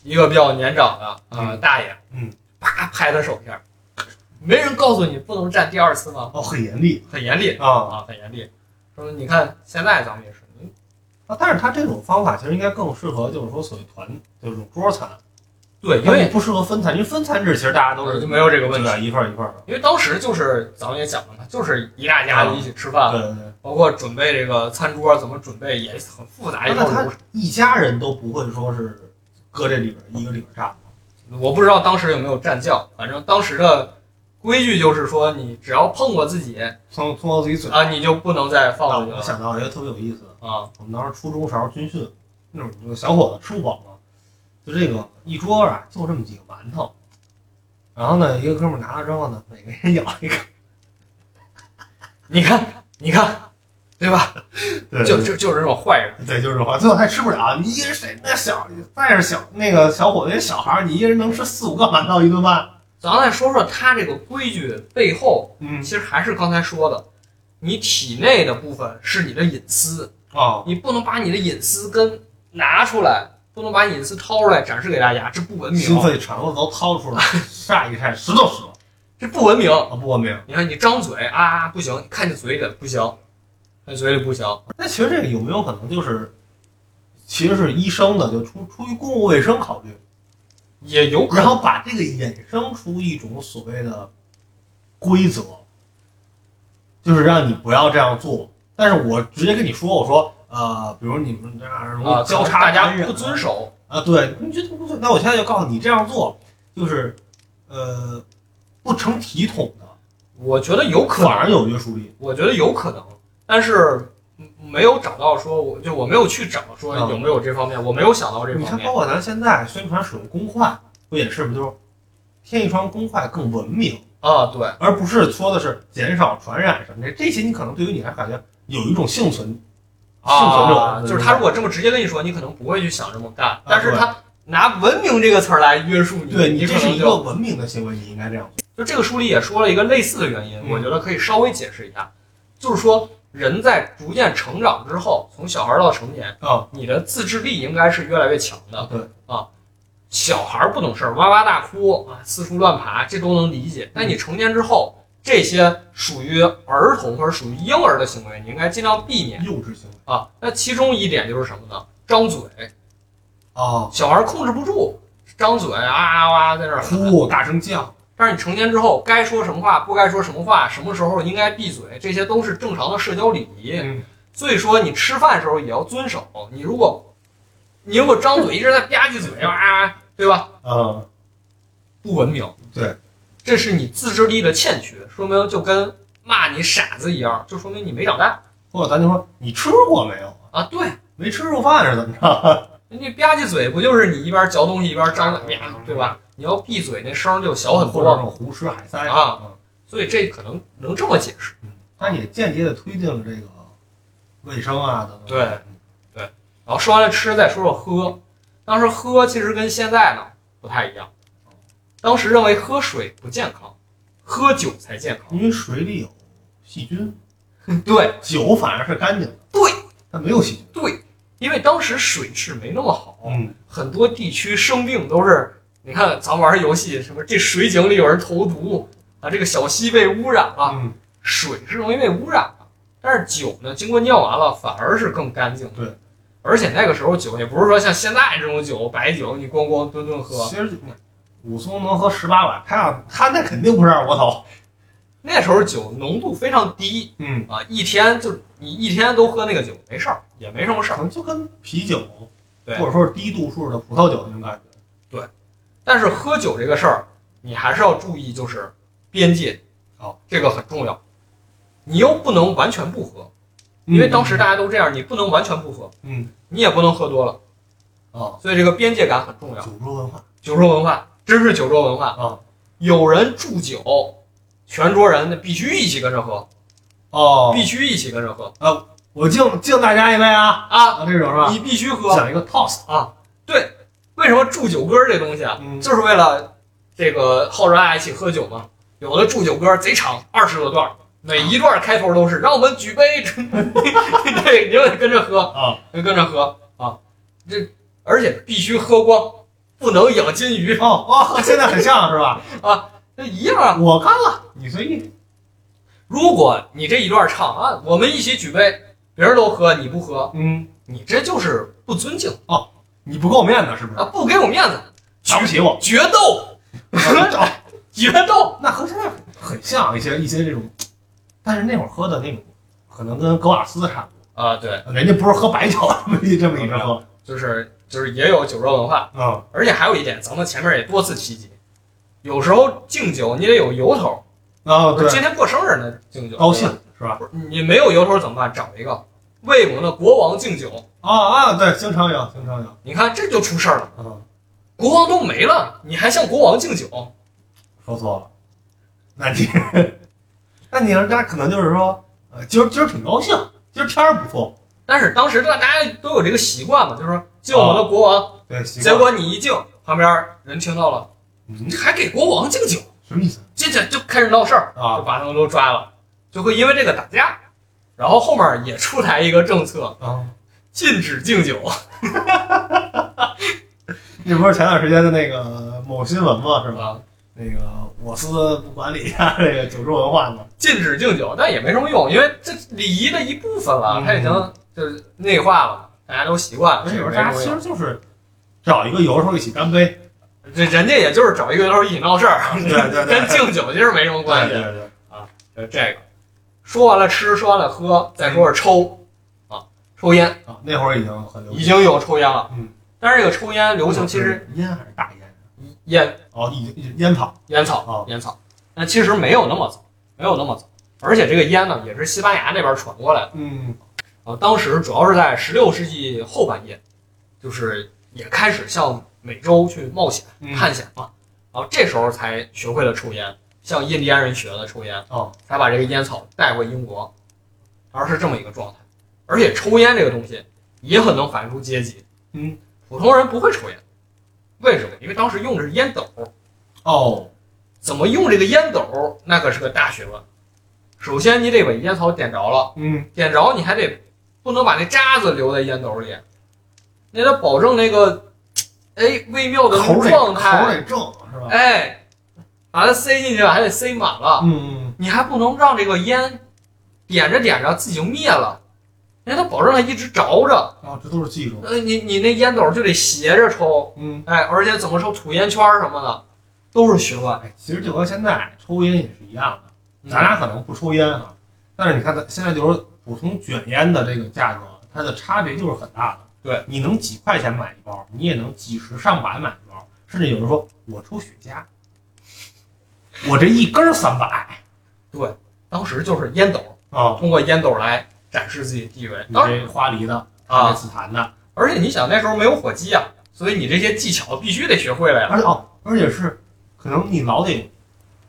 一个比较年长的啊、嗯大爷，嗯，啪拍他手片儿，没人告诉你不能蘸第二次吗？哦，很严厉很严厉啊啊，很严厉。说你看现在咱们也是，嗯啊！但是他这种方法其实应该更适合，就是说所谓团，就是这种桌餐，对，因因为为不适合分餐，因为分餐制其实大家都是就没有这个问题，对一份儿一份儿的。因为当时就是咱们也讲了嘛，就是一大家子一起吃饭，对对嗯对，包括准备这个餐桌怎么准备也很复杂一那套他流程。一家人都不会说是搁这里边儿一个里边儿蘸。我不知道当时有没有蘸酱，反正当时的规矩就是说，你只要碰过自己碰碰到自己嘴。啊，啊哦你就不能再放回去我了想到一个特别有意思的，啊。我们当时初中时候军训，那种有小伙子吃不饱嘛，就这个一桌啊，就这么几个馒头，然后呢，一个哥们儿拿了之后呢，每个人 咬一个，你看，你看，对吧？对就就就是这种坏人，对，就是话，最后还吃不了。你一人谁那小，再是小那个小伙子，那小孩儿，你一人能吃四五个馒头一顿饭。咱再说说他这个规矩背后，嗯其实还是刚才说的，你体内的部分是你的隐私，哦，你不能把你的隐私跟拿出来，不能把隐私掏出来展示给大家，这不文心明，肺全部都掏 出来，晒一晒，石头石头。这不文明。啊，不文明。你看你张嘴啊不行，看见嘴里不行，看嘴里不行，那其实这个有没有可能就是，其实是医生的，就出出于公共卫生考虑，也有可然能。后把这个衍生出一种所谓的规则，就是让你不要这样做。但是我直接跟你说，我说，呃，比如你们这样容啊，易交叉大家感染不遵守，啊，对，你觉得不对？那我现在就告诉你，这样做就是，呃，不成体统的，我觉得有可反能，而有约束力。我觉得有可能，但是嗯没有找到说，我就我没有去找说嗯有没有这方面，我没有想到这你方看，面包。括咱现在宣传使用公筷，不也是吗？就是添一双公筷更文明，啊，对，而不是说的是减少传染什么的。这些你可能对于你还感觉有一种幸存，幸存啊，者就是他如果这么直接跟你说，你可能不会去想这么干，但是啊对他拿文明这个词儿来约束你，对你你这可是能一个就文明的行为，你应该这样做。就这个书里也说了一个类似的原因，嗯我觉得可以稍微解释一下，就是说人在逐渐成长之后，从小孩儿到成年，啊，你的自制力应该是越来越强的，对啊。小孩儿不懂事儿，哇哇大哭啊，四处乱爬，这都能理解。但你成年之后，这些属于儿童或者属于婴儿的行为，你应该尽量避免幼稚行为啊。那其中一点就是什么呢？张嘴，啊，小孩儿控制不住，张嘴啊啊啊在那儿喊哭大声叫，但是你成年之后，该说什么话，不该说什么话，什么时候应该闭嘴，这些都是正常的社交礼仪。嗯所以说，你吃饭时候也要遵守。你如果你如果张嘴一直在吧唧嘴，啊，对吧？啊，不文明。对，这是你自制力的欠缺，说明就跟骂你傻子一样，就说明你没长大或者咱就说你吃过没有？啊。对，没吃住饭是怎么着？你吧唧嘴不就是你一边嚼东西一边张嘴呀，对吧？你要闭嘴，那声儿就小很或者多。那种胡吃海塞啊。嗯所以这可能能这么解释。它也间接的推进了这个卫生啊等等。对然后说完了吃，再说说喝。当时喝其实跟现在呢不太一样，当时认为喝水不健康，喝酒才健康。因为水里有细菌，嗯对酒反而是干净的。对，它没有细菌。对，因为当时水质没那么好，嗯，很多地区生病都是，你看咱玩游戏什么，这水井里有人投毒啊，这个小溪被污染了，嗯，水是容易被污染的，但是酒呢，经过酿完了反而是更干净的。对，而且那个时候酒也不是说像现在这种酒，白酒你咣咣吨吨喝，其实武松能喝十八碗，他要他那肯定不是二锅头。那时候酒浓度非常低嗯，啊，一天就你一天都喝那个酒没事儿，也没什么事可儿。能就跟啤酒对或者说是低度数的葡萄酒那种感觉。但是喝酒这个事儿，你还是要注意，就是边界，好，这个很重要。你又不能完全不喝，嗯因为当时大家都这样，你不能完全不喝，嗯你也不能喝多了，啊，所以这个边界感很重要。酒桌文化酒桌文化真是酒桌文化啊！有人祝酒，全桌人那必须一起跟着喝，哦必须一起跟着喝我敬敬大家一杯啊啊！啊，这种是吧？你必须喝，讲一个 toast，为什么祝酒歌这东西啊，嗯就是为了这个号召大家一起喝酒嘛。有的祝酒歌贼长，二十多段儿，每一段儿开头都是让我们举杯， 对，你就得跟着喝啊，就跟着喝啊。这而且必须喝光，不能养金鱼哦哦，现在很像是吧？那一样啊。我干了，你随意。如果你这一段唱啊，我们一起举杯，别人都喝你不喝，嗯，你这就是不尊敬你不够面子是不是啊，？不给我面子，瞧不起我？决斗，决斗。那和现在很像一些一些这种，但是那会儿喝的那种，可能跟格瓦斯差不啊，对，多，人家不是喝白酒这么一这么一个喝，就是就是也有酒桌文化，嗯而且还有一点，咱们前面也多次提及，有时候敬酒你得有由头，啊，不是今对，天过生日呢，敬酒高兴是吧？不哦是你没有由头怎么办？找一个魏国的国王敬酒，啊啊，对，经常有，经常有，你看这就出事儿了。嗯，国王都没了，你还向国王敬酒？说错了，那你， 那你让大家可能就是说，呃，今儿今儿挺高兴，今儿天儿不错，但是当时大家都有这个习惯嘛，就是说敬我们的国王，对，习结惯果你一敬，旁边人听到了，嗯你，还给国王敬酒，什么意思这这就开始闹事儿，就啊把他们都抓了，就会因为这个打架。然后后面也出台一个政策，啊？禁止敬酒。这不是前段时间的那个某新闻吗？是吧？啊，那个我司不管理一下这个酒桌文化吗？禁止敬酒，但也没什么用，因为这礼仪的一部分了，嗯它已经就是内化了，大家都习惯了。而且这有个时候大没什么家其用实就是找一个由头一起干杯，这人家也就是找一个由头一起闹事儿，对对对 跟敬酒其实没什么关系。对对，就这个，说完了吃，说完了喝，再说是抽啊，抽烟啊，那会儿已经很流已行，经有抽烟了，嗯，但是这个抽烟流行其实烟还是大烟烟哦，已经烟草烟草哦烟草，但其实没有那么早，没有那么早，而且这个烟呢也是西班牙那边传过来的。嗯啊，当时主要是在十六世纪后半叶，就是也开始向美洲去冒险、嗯探险了，然后这时候才学会了抽烟，向印第安人学的抽烟，哦，才把这个烟草带回英国，而是这么一个状态。而且抽烟这个东西也很能反映出阶级，嗯，普通人不会抽烟，为什么？因为当时用的是烟斗，哦，怎么用这个烟斗那可是个大学问。首先，你得把烟草点着了。嗯点着你还得不能把那渣子留在烟斗里，你得保证那个哎微妙的那口种得状口态，得正是吧？哎，把它塞进去还得塞满了，嗯你还不能让这个烟点着点着自己就灭了，你还得保证它一直着着，嗯啊，这都是技术，呃，你你那烟斗就得斜着抽，嗯，哎，而且怎么抽吐烟圈儿什么的都是学问，哎，其实就和现在抽烟也是一样的，咱俩可能不抽烟啊，但是你看咱现在就是普通卷烟的这个价格，它的差别就是很大的。对，你能几块钱买一包，你也能几十上百买一包，甚至有人说我抽雪茄，我这一根三百当时就是烟斗，啊，通过烟斗来展示自己的地位，你当时这花梨的啊紫檀的，而且你想那时候没有火机啊，所以你这些技巧必须得学会了呀。而且哦，而且是可能你老得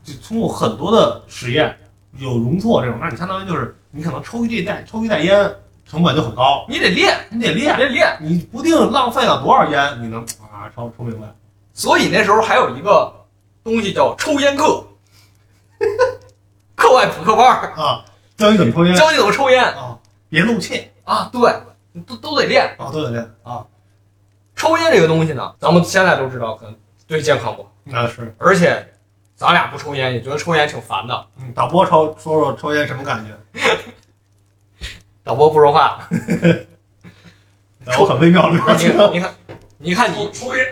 就通过很多的实验，有容错这种，那你相当于就是你可能抽一这袋抽一袋烟成本就很高，你得练，你得你练，得练。你不定浪费了多少烟，你能啊抽抽明白？所以那时候还有一个东西叫抽烟课，课外补课班儿，啊，教你怎么抽烟教你怎么抽烟啊，别露怯啊。对，你都都得练。啊，对对对，抽烟这个东西呢，咱们现在都知道，可能对健康不好，那是而且咱俩不抽烟，也觉得抽烟挺烦的。嗯，导播抽说说抽烟什么感觉？导播不说话，我很微妙的表你情。看，你看，你看你抽烟，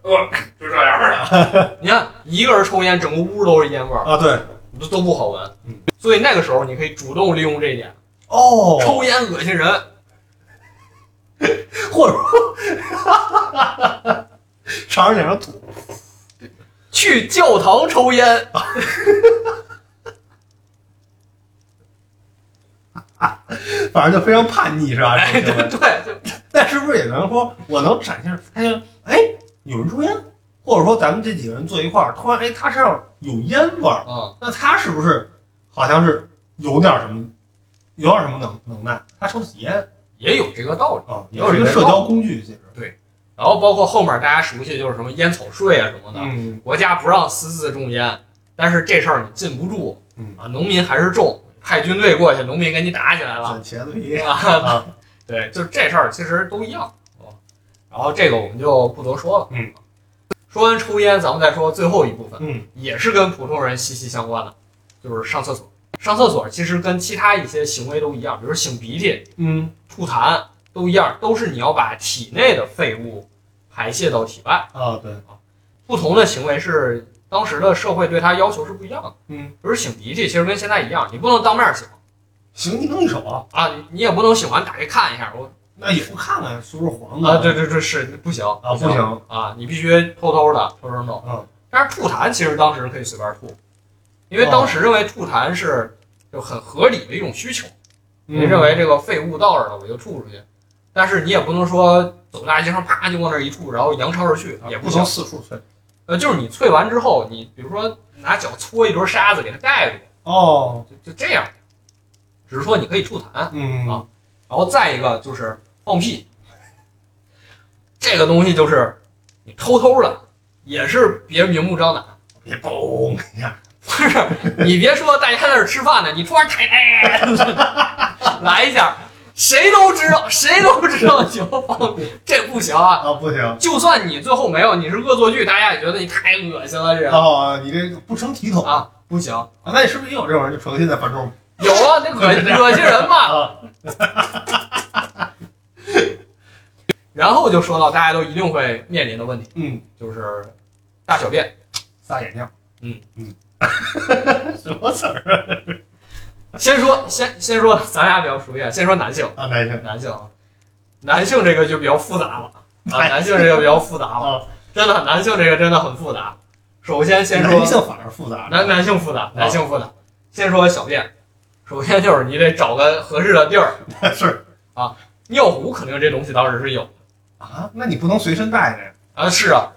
呃，就这样的。 你看你一个人抽烟，整个屋都是烟味儿，啊，对，都都不好闻嗯。所以那个时候你可以主动利用这一点。哦，抽烟恶心人，或者说， 尝着脸上土去教堂抽烟，反正就非常叛逆，是吧？哎，这种 对哦行为对，就但是不是也能说，我能展现出，哎呀，哎，有人抽烟，或者说咱们这几个人坐一块儿，突然哎，他身上有烟味儿，嗯，那他是不是好像是有点什么，有点什么能能耐？他抽起烟也有这个道理。啊，也是一个社交工具，其实。然后包括后面大家熟悉就是什么烟草税啊什么的，嗯，国家不让私自种烟，但是这事儿你禁不住，嗯啊，农民还是种，派军队过去，农民给你打起来了，攒茄子皮啊，啊，对，就这事儿其实都一样啊。然后这个我们就不多说了，嗯，说完抽烟，咱们再说最后一部分，嗯，也是跟普通人息息相关的，就是上厕所。上厕所其实跟其他一些行为都一样，比如擤鼻涕，嗯吐痰都一样，都是你要把体内的废物排泄到体外。啊，对，不同的行为是当时的社会对它要求是不一样的。嗯，比如擤鼻涕，其实跟现在一样，你不能当面擤行，你弄一手啊，啊，你你也不能擤完打开看一下，我那也不看看是不是黄的啊，对对对，是不行嗯啊，不行，啊，你必须偷偷的偷偷弄。嗯，但是吐痰其实当时可以随便吐，因为当时认为吐痰是就很合理的一种需求，你认为这个废物到这儿了我就吐出去，但是你也不能说走大街上啪就往那儿一吐，然后扬长而去，也啊不能行。四处存。呃，就是你啐完之后，你比如说拿脚搓一堆沙子给它盖住，哦，就就这样，只是说你可以吐痰。嗯啊然后再一个就是放屁，这个东西就是你偷偷的，也是别明目张胆。别嘣一下，不是，你别说大家在这儿吃饭呢，你突然抬哎，来一下，谁都知道，谁都知道你要放屁，这不行啊！啊，不行，就算你最后没有，你是恶作剧，大家也觉得你太恶心了，这人哦，你这不成体统啊不行。啊那你是不是也有这种人就成心在反中有啊，那恶恶心人嘛。啊？然后就说到大家都一定会面临的问题，嗯，就是大小便。撒眼尿。嗯嗯， 什么词儿先说先先说，咱俩比较熟悉，先说男性，啊？男性男性，啊，男性这个就比较复杂了啊，哎男性这个比较复杂了。啊，真的，男性这个真的很复杂。首先先说男性反而复杂。男男性复杂，男性复杂。先说小便，首先就是你得找个合适的地儿，是尿壶肯定这东西当时是有啊，那你不能随身带着呀。啊，是啊，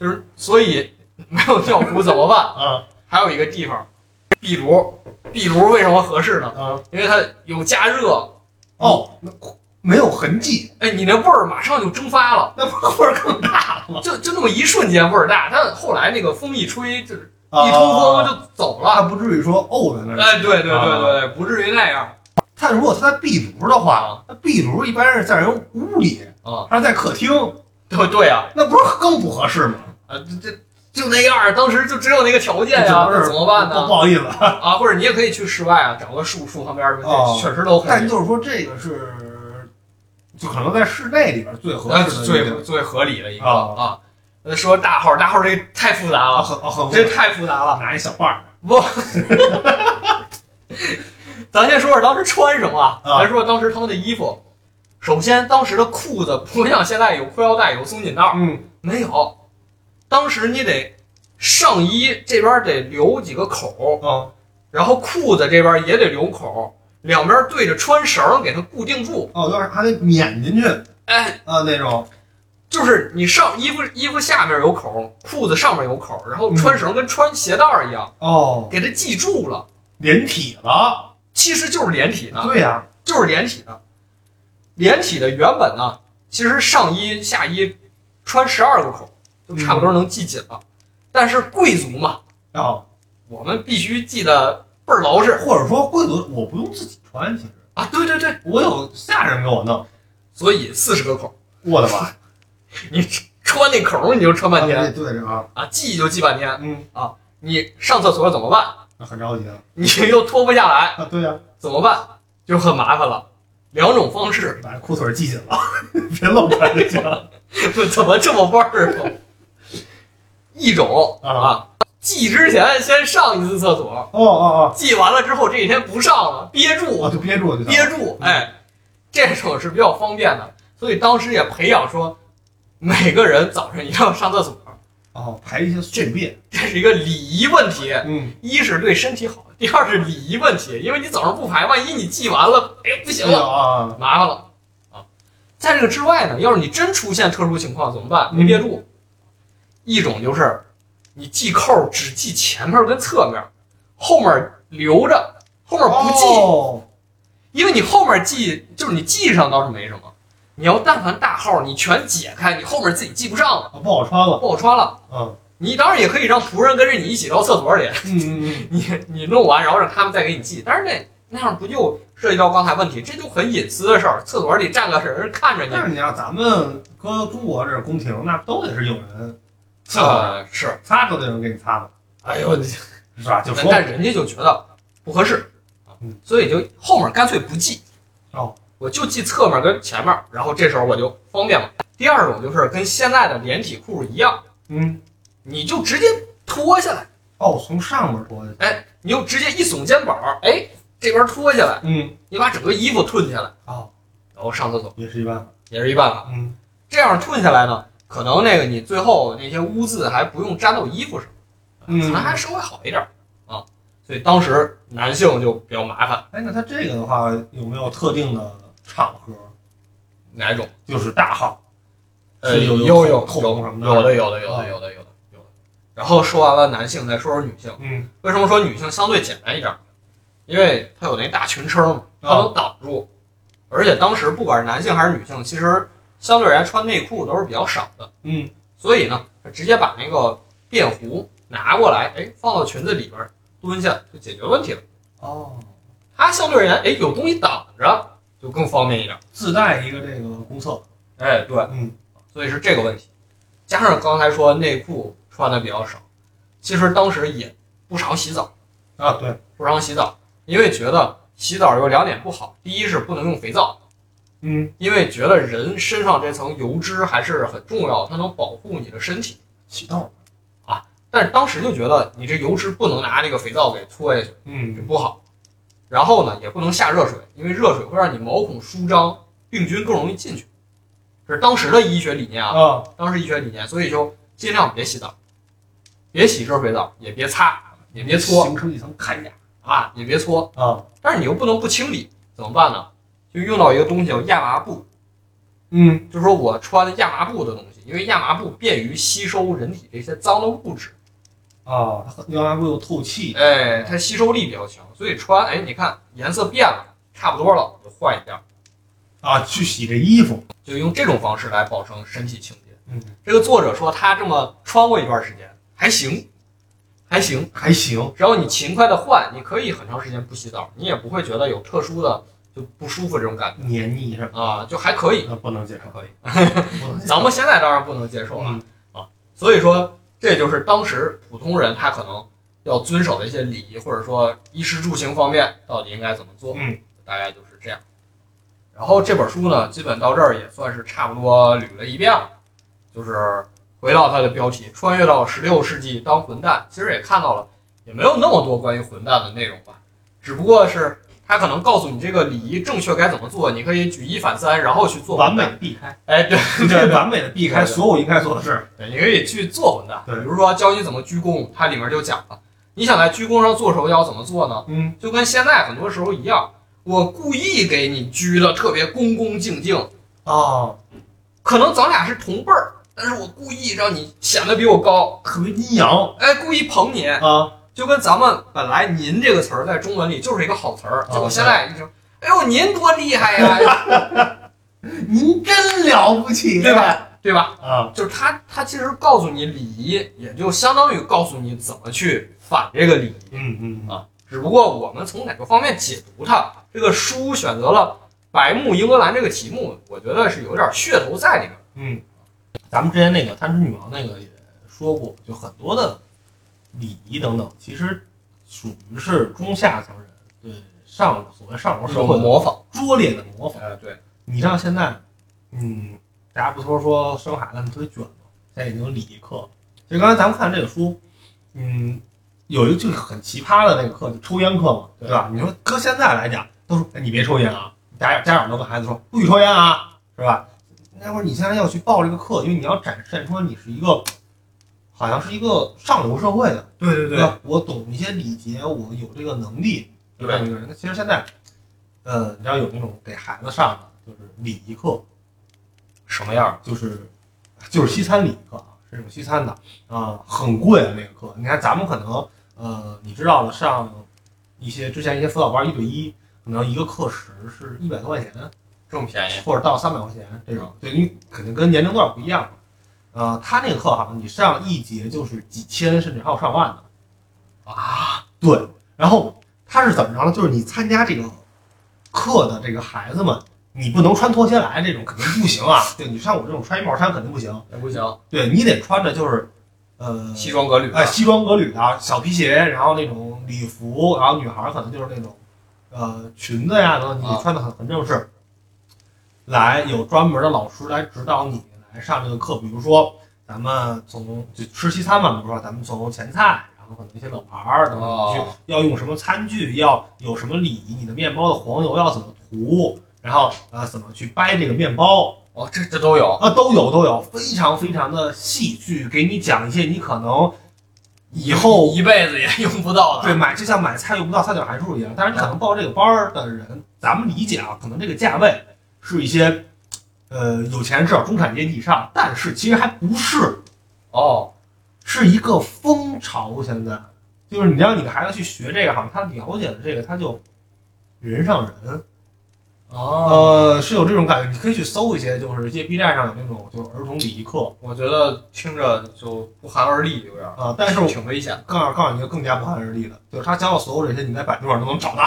就是所以没有尿壶怎么办？啊还有一个地方，壁炉，壁炉为什么合适呢？啊，因为它有加热，哦，那没有痕迹，哎，你那味儿马上就蒸发了，那不味儿更大了吗？就就那么一瞬间味儿大，但后来那个风一吹，就是一一通风就走了。那不至于说沤在那儿。哎，对对对对对，不至于那样他如果他在壁炉的话，那壁炉一般是在人屋里，啊。他是在客厅， 对对啊，那不是更不合适吗？啊，这这就那样儿，当时就只有那个条件呀、这那不是怎么办不呢？不好意思，啊，或者你也可以去室外啊，找个树树旁边儿，哦确实都可但以，就是说这个是，就可能在室内里边最合那适是的一最个最合理的一个啊啊。那说大号儿，大号儿这个太复杂啊，了，很啊很这太复杂了。拿一小把儿咱先说说当时穿什么啊，啊咱说说当时他们的衣服。首先，当时的裤子不像现在有裤腰带、有松紧带儿，嗯没有。当时你得上衣这边儿得留几个口儿，啊然后裤子这边也得留口，两边对着穿绳给它固定住。哦，要是还得撵进去啊哎，那种就是你上衣服衣服下面有口，裤子上面有口，然后穿绳跟穿鞋带儿一样，哦，给它系住了，连体了，其实就是连体的，对呀，就是连体的。连体的原本呢，其实上衣下衣穿十二个口，就差不多能系紧了。但是贵族嘛，啊，我们必须系得倍儿牢实或者说贵族我不用自己穿，其实啊！对对对，我有下人给我弄，所以四十个口，我的妈呀，穿那口你就穿半天啊对对啊，啊，系就系半天。嗯，你上厕所怎么办？那很着急啊，你又脱不下来，啊对呀，怎么办？就很麻烦了。两种方式， 把裤腿系紧了， 别露出来就行了怎么这么味儿啊？一种啊，记之前先上一次厕所，哦哦记完了之后这几天不上了，憋哦，我住，就憋住了就行憋住，哎，这种是比较方便的。所以当时也培养说，每个人早上一定要上厕所，哦，排一些宿便，这是一个礼仪问题。嗯，一是对身体好，第二是礼仪问题，因为你早上不排，万一你记完了，哎，不行哎了呦，啊，麻烦了啊！在这个之外呢，要是你真出现特殊情况怎么办？嗯没憋住，一种就是你系扣只系前面跟侧面，后面留着，后面不系，哦因为你后面系就是你系上倒是没什么，你要但凡大号你全解开，你后面自己系不上了，啊不好穿了，不好穿了。嗯你当然也可以让仆人跟着你一起到厕所里，嗯嗯你你弄完，然后让他们再给你系。但是那那样不就涉及到刚才问题，这就很隐私的事儿。厕所里站个人看着嗯，你，但是你要咱们搁中国这宫廷，那都得是有人伺候，呃，是，擦都得有人给你擦的，哎呦，是吧？就但嗯说但人家就觉得不合适，嗯所以就后面干脆不记，哦，我就记侧面跟前面，然后这时候我就方便了。第二种就是跟现在的连体裤一样，嗯，你就直接脱下来，哦，从上面脱下去，你就直接一耸肩膀，哎，这边脱下来，嗯，你把整个衣服褪下来，哦，然后上厕所也是一般，也是一啊办法。嗯，这样褪下来呢，可能那个你嗯最后那些污渍还不用粘到衣服上。可能还稍微好一点儿啊。所以当时男性就比较麻烦，哎，那他这个的话有没有特定的场合？哪种？就是大号，呃，是有有有有口口红什么的啊有的有的有的有的有的有的。然后说完了男性，再说说女性。嗯，为什么说女性相对简单一点儿？因为它有那大裙撑嘛，它能挡住。而且当时不管是男性还是女性，其实相对而言穿内裤都是比较少的。嗯，所以呢，直接把那个便壶拿过来，哎，放到裙子里边儿蹲下就解决问题了。哦，它相对而言，哎，有东西挡着就更方便一点儿。自带一个这个公厕，哎，对，嗯，所以是这个问题。加上刚才说内裤穿的比较少，其实当时也不常洗澡。啊，对，不让洗澡，因为觉得洗澡有两点不好，第一是不能用肥皂，嗯，因为觉得人身上这层油脂还是很重要，它能保护你的身体。起痘，但是当时就觉得你这油脂不能拿这个肥皂给搓下去，嗯，不好。然后呢，也不能下热水，因为热水会让你毛孔舒张，病菌更容易进去。这是当时的医学理念啊，啊，当时医学理念，所以就尽量别洗澡，别洗热水澡，也别擦，也别搓形成一层铠甲啊，也别搓。啊，但是你又不能不清理，怎么办呢？就用到一个东西叫亚麻布，嗯，就是说我穿亚麻布的东西，因为亚麻布便于吸收人体这些脏的物质，啊，它尿完会有透气，哎，它吸收力比较强，所以穿，哎，你看颜色变了，差不多了，我就换一件，啊，去洗这衣服，就用这种方式来保证身体清洁。嗯，这个作者说他这么穿过一段时间，还行，还行。还行，只要你勤快的换，你可以很长时间不洗澡，你也不会觉得有特殊的就不舒服这种感黏腻是吧？觉啊，就还可以，那不能接还 可以。受，不能接受咱们现在当然不能接受啊了嗯，所以说这就是当时普通人他可能要遵守的一些礼仪，或者说衣食住行方面到底应该怎么做，嗯，大概就是这样。然后这本书呢，基本到这儿也算是差不多捋了一遍了，就是回到它的标题，穿越到十六世纪当混蛋，其实也看到了，也没有那么多关于混蛋的内容吧，只不过是他可能告诉你这个礼仪正确该怎么做，你可以举一反三，然后去做混完美蛋。的避开，哎，对。 对，完美的避开所有应该做的事儿，对，你可以去做混蛋。对比如说教你怎么鞠躬，它里面就讲了，你想在鞠躬上做手要怎么做呢？嗯，就跟现在很多时候一样，我故意给你鞠的特别恭恭敬敬，啊，可能咱俩是同辈儿，但是我故意让你显得比我高，特别阴阳哎，故意捧你，啊，就跟咱们本来“您”这个词儿在中文里就是一个好词儿，哦结果现在一说，哎呦，您多厉害呀， 您真了不起，对？吧？对吧？啊，就是他，他其实告诉你礼仪，也就相当于告诉你怎么去反这个礼仪。嗯嗯啊，只不过我们从哪个方面解读它，这个书选择了白目英格兰这个题目，我觉得是有点噱头在里面。嗯，咱们之前那个贪吃女王那个也说过，就很多的礼仪等等，其实属于是中下层人对上所谓上流社会的模仿，拙劣的模仿。呃，对，你像现在，嗯，大家不都说生孩子特别卷吗？现在已经有礼仪课了。其实刚才咱们看这个书，嗯，有一个就很奇葩的那个课，就抽烟课嘛，对吧？你说搁现在来讲，都说、哎、你别抽烟啊，家长家长都跟孩子说不许抽烟啊，是吧？那会儿你现在要去报这个课，因为你要展现出来你是一个，好像是一个上流社会的，对对对，嗯吧？我懂一些礼节，我有这个能力，有这么一个人。那其实现在，呃，你知道有那种给孩子上的就是礼仪课，什么样儿？就是就是西餐礼仪课啊，是有西餐的啊、很贵啊那个课。你看咱们可能呃，你知道的，上一些之前一些辅导班一对一，可能一个课时是一百多块钱，这么便宜？或者到三百块钱这种，对你肯定跟年龄段不一样嘛。呃，他那个课好像你上一节就是几千，甚至还有上万的。啊，对，然后他是怎么着呢？就是你参加这个课的这个孩子们，你不能穿拖鞋来，这种肯定不行啊。对你像我这种穿一帽衫肯定不行，也不行，对你得穿着就是，呃，西装革履。哎，西装革履的小皮鞋，然后那种礼服，然后女孩儿可能就是那种，呃，裙子呀等等，啊你穿的很很正式。来，有专门的老师来指导你来上这个课，比如说咱们从就吃西餐嘛，比如说咱们从前菜，然后可能一些冷盘儿等等，你去哦，要用什么餐具，要有什么礼仪，你的面包的黄油要怎么涂，然后呃怎么去掰这个面包，哦，这这都有。啊，都有都有，非常非常的细，去给你讲一些你可能以后一辈子也用不到对的。买就像买菜用不到三角函数一样，但是你可能报这个班儿的人，咱们理解啊，可能这个价位是一些呃有钱至少中产阶级以上，但是其实还不是，哦，是一个风潮。现在就是你让你的孩子去学这个，好像他了解了这个，他就人上人。哦，呃，是有这种感觉，你可以去搜一些，就是一些 B 站上有那种就是儿童礼仪课我觉得听着就不寒而栗，有点儿，啊、但是我挺危险的。告诉告诉你一个更加不寒而栗的，就是他教的所有这些，你在百度上都能找到。